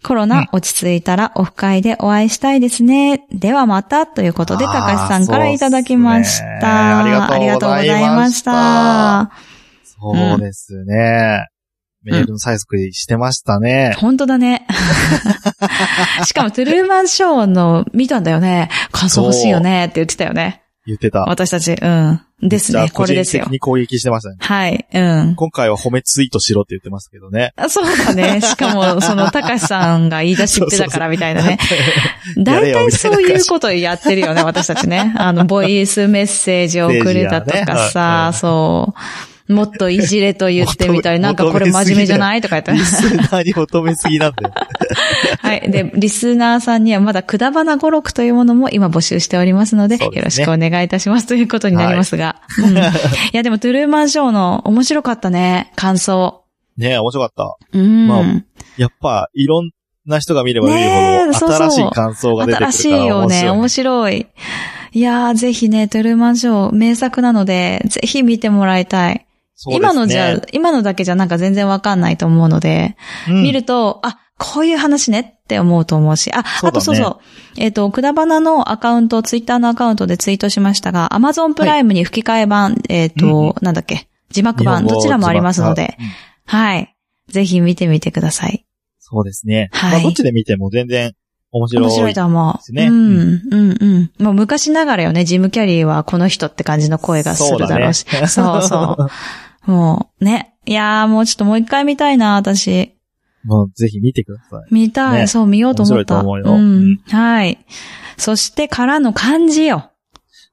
コロナ落ち着いたらオフ会でお会いしたいですね。ではまたということで、
あー
高橋さんからいただきまし
そうっすね
た。
ありがとうございました
ありがとうござ いま
そうですね。メールの催促してましたね
した。。本当 だね。しかも、トゥルーマンショーの見たんだよね。感想欲しいよねって言ってたよね。
言ってた。
私たち、うん。です
めっ
ね
ち。ゃ
これです
個人
よ
的。に攻撃してましたね。
はい、うん。
今回は褒めツイートしろって言ってましたけどね。
あそう だね。しかも、その、たかしさんが言い出しっぺだからみたいなね。
やれ
大
よ
体
みたい
そ
な
う
感じ
いうことやってるよね、私たちね。あの、ボイスメッセージを送れたとか
メ
さ、
ッセ
そう。もっといじれと言ってみたり、
も
な
っ
ん
と
かこれ真面目じゃないとか言っ て
リ。スナーに求めすぎなんだよ。
はい。で、リスナーさんにはまだくだばな語録というものも今募集しておりますので、
そうですね
よろしくお願いいたしますということになりますが。うん、いや、でも、トゥルーマンショーの面白かったね、感想。
ねえ、面白かった。
うん。
まあやっぱ、いろんな人が見れば見
ねえ
るほ
そう
ど、
そ
新
う
しい感想が出てくるから
新しいよね。面
面白
白い。いやー、ぜひね、トゥルーマンショー、名作なので、ぜひ見てもらいたい。
い。
今のじ
そう
ゃ
で、
今のだけじゃなんか全然わかんないと思うので、
すね、
見
る
ると、あ、こういう話ねって思うと思うし、あ、
うだね
あとそうそう。えっ、と、くだばなのアカウント、ツイッターのアカウントでツイートしましたが、Amazon プライムに吹き替え版、えっ、と、
うんう
なんだっけ、字幕版、どちらもありますので、
うん。
はい。ぜひ見てみてください。
そうですね。
はい
まあ、どっちで見ても全然面白い。
面白いと思
です
う。
ね
うん、うん、うん。もう昔ながらよね、ジム・キャリーはこの人って感じの声がするだろうし。
そうだね
そうそう。もう、ね。いやーもうちょっともう一回見たいな、私。
もうぜひ見てください。
見たい。
ね
そう、見ようと思った。
面白いと思うよ
ん
うん
はい。そしてからの漢字よ。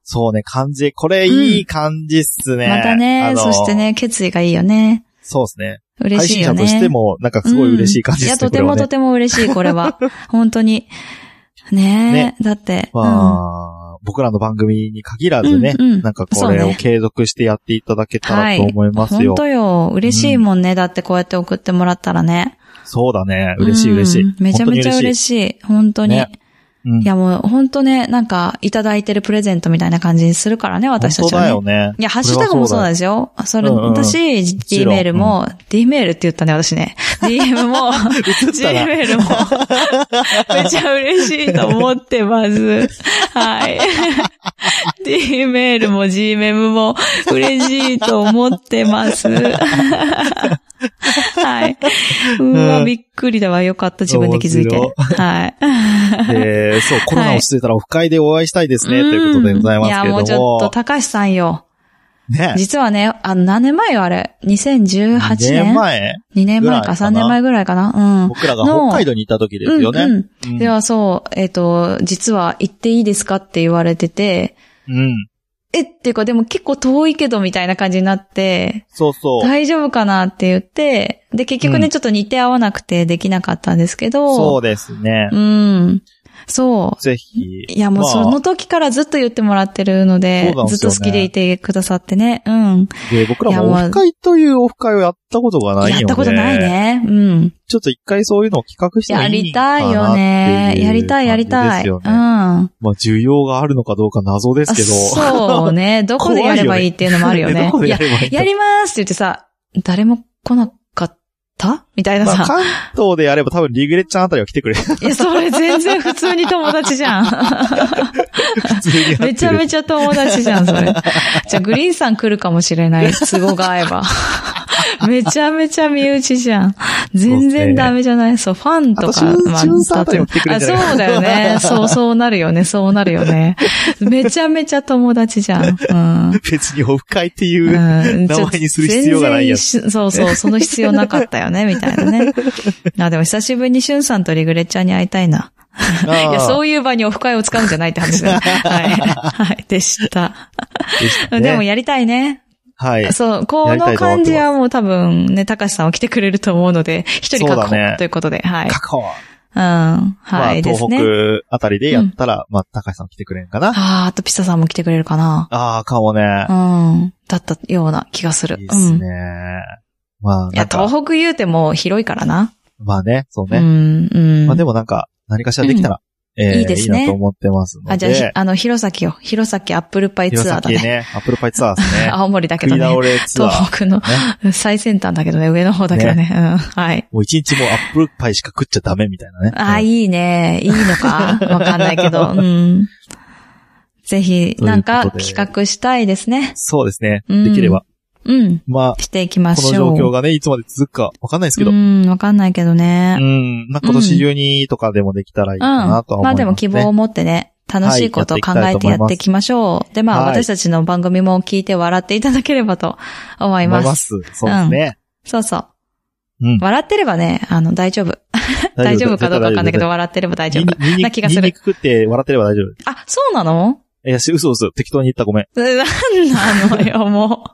そうね、漢字。これいい漢字っすね。
またね
あ、の
そして。ね、決意がいいよね。
そうですね。
嬉
配
しい
信
よ
者と
ね。
しても、なんかすごい嬉しい感じ
うん
で
いや、
すね。
とても
これは
と
ね
ても嬉しい、これは。本当に。ねえ、
ね
だって。うん
まあ、僕らの番組に限らずね、
うんうん
なんかこ
そう
れを
ね
継続してやっていただけた
は
ら
い。
と思いますよ。
本当よ。嬉しいもんね。だってこうやって送ってもらったらね。
そうだね。嬉しい嬉しい。
うんめちゃめちゃ嬉
しい。
しい。本当に。
ねうん
いやもう本当ね、なんかいただいてるプレゼントみたいな感じにするからね、私た
本
ち
当
は、
だ
ね。
よね。
いや、ハッシュタグもそうなん
ね。
ですよ。それ、
うんうん
私、D
ちろん
メールも、D メールって言ったね、私ね。DM
映
も、
っ
G
たら、
メール も、めちゃ嬉しいと思ってます。 はい。D メールも G メムも嬉しいと思って ます。はい。う
う
わ、
ん
びっくりだわ。よかった、自分で気づいて。
面
はい。
えーそう、コロナ落ち着いたらオフ会でお会いしたいですね、
うん
ということでございますけ
いや、
れど
も
も。
うちょっと、高橋さんよ。
ね。
実はね、あの、何年前よ、あれ。
8
2018年
年前、
2年前か
ぐらいかな
3年前ぐらいかな。うん。
僕らが北海道にいた時ですよね。
うんうん
うん
ではそう、えっ、と、実は行っていいですかって言われてて、
うん。
えっていうかでも結構遠いけどみたいな感じになって、
そうそう。
大丈夫かなって言って、で結局ね、
うん
ちょっと似て合わなくてできなかったんですけど、
そうですね。
うん。そう。
ぜひ。
いやもう
まあ
その時からずっと言ってもらってるので、
そうなんで
ずっ
すよ
と
ね
好きでいてくださってね。うん。
で、僕ら
いや
もオ
まあ
フ会というオフ会をやったことがないの
や
で。
ったことない。ね。うん。
ちょっと一回そういうのを企画して
やりたいよね。やりたい、やりたい。う
うん
ん。。あ
まあ、需要があるのかどうか謎ですけど。
そうね。どこでやればいいっていうのもあるよね。
どこで
いや
やればいい
や
の
りますって言ってさ、誰も来なかったみたいな
まあ、
さ。
関東でやれば多分リグレッちゃんあたりは来てくれ る。
いや、それ全然普通に友達 じゃん。
普通にやってる。
めちゃめちゃ友達じゃん、それ。じゃあ、グリーンさん来るかもし れない。都合が合えば。めちゃめちゃ身内じゃん。全然ダメじゃないそう、ファンとか
あと、しゅんさんあたりも来てくれるんじ
あ、そ
ゃないう
だよね。そう、そうなるよね。そうなる よね。めちゃめちゃ友達じゃん。うん。
別にオフ会っていう。
うん
名前にする必要がないやつ
全然しそうそう、その必要なかったよね、みたいな ね。あ、でも久しぶりにしゅんさんとリグレッちゃんに会いたいな。
ああ
いや、そういう場にオフ会を使うんじゃないって話だ よ。はい。はい。でした。
でしたね
でもやりたいね。
はい。
そう、こ
やり
の
たいと思って
感
ます
じはもう多分ね、高橋さんは来てくれると思うので、一人確
そうだ
保
ね
ということで、はい。
確保。
うん。
まあ、
はい。で
東
すね。
北あたりでやったら、まあ、高橋さん来てくれんかな。
あー、あとピサさんも来てくれるかな。
ああ、かもね。
うん。だったような気がする。
いいっ
う
す
ん。
ね。まあ、
い
な
や、
んか、
東北言うても広いからな。
まあね、そう
う
ね。
ん、うん。
まあでもなんか、何かしらできたら、えー
いいですね
いいなと思ってますので。
あ、じゃ あひ、あの、弘前よ。弘前アップルパイ
弘
ツア
前
ーだね。
ね、アップルパイツアーですね。
青森だけ
食
ど
い
ね。
倒れツアー。
東北の
ね
最先端だけどね、上の方だけどね。うん。はい。
もう一日もうアップルパイしか食っちゃダメみたいなね。
あ、
うん
いいね。いいの かわかんないけど。うん。ぜひ、
とで
なんか企画したいですね。
そうですね。
うん
できれば。
うん。
まあ、
していきま
こ
しょ
の
う。
状況がね、いつまで続くかわかんないですけど。
う、
うん
わかんないけどね。
ん。まあ今年中にとかでもできたらいいかなとは思います、ね。
まあでも希望を持ってね、楽しいことを考えてやっていきましょう。で、まあ
はい
私たちの番組も聞いて笑っていただければと思い
思
ま
い
す。
ます。そうですね。
そうそう。
うん
笑ってればね、あの、大丈夫。大丈夫かどうかわかんないけど、笑ってれば大丈夫。
ニンニク
な気がする
ニンニク食って笑ってれば大丈夫。
あ、そうなの
いや、し嘘嘘。適当に言ったごめん。
なんなのよ、もう。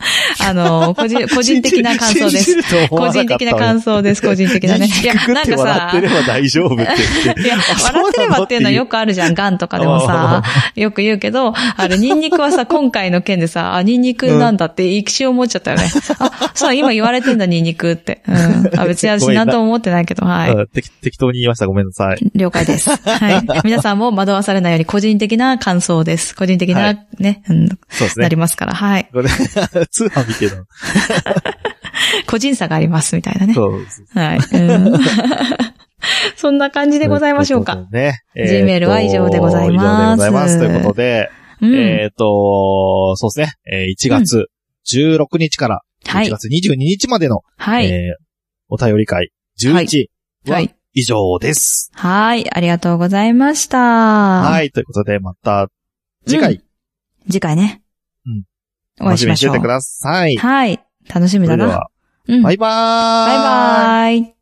あの、個 人、個人的な感想
信
で
じ
す。
ると思
個
わな
人
かった
的な感想です、個人的 なね。いや、
食
な
っ
ん
て
か
笑っ
さ
て、れば大丈夫って言って。
いや、
そうなの
笑ってればっていうのはよくあるじゃん。ガンとかでもさ、よく言うけど、あれ、ニンニクはさ、今回の件でさ、あ、ニンニクなんだって一瞬思っちゃった よね。あ、そう、今言われてんだ、ニンニクって。うん。あ、別に
ご
私
めんな
なんとも思ってないけど、 はい。
うん適適当に言いました。ごめんなさ い。
了解です。 はい。皆さんも惑わされないように個人的な感想です。個人的
は
な、ね、うん
そうです
な
ね
り。ますから、はい。
これ、通販見てるの。
個人差があります、みたいなね。
そうです。
はい。うん そんな感じでございましょ
と
う
い
か。
ことでね。え
Gmail は以上でござい
以上でご
ます
ざいます。ということで、
うん。
えっと、そうですね。えー1月16日から
は
1
い。
月22日までの、
はい。
えーお便り会11
は。
はい以上です。
はい。ありがとうございました。。
はいい。ということで、また次回、
次回ね。
うん。
お会い
楽し
し
み
ま
にし
してょう
てく。ださい。
はい。楽しみ
そ
だ
れで
な。
は、
うん。
バ
バ
イ
イ
バーイ
バイ。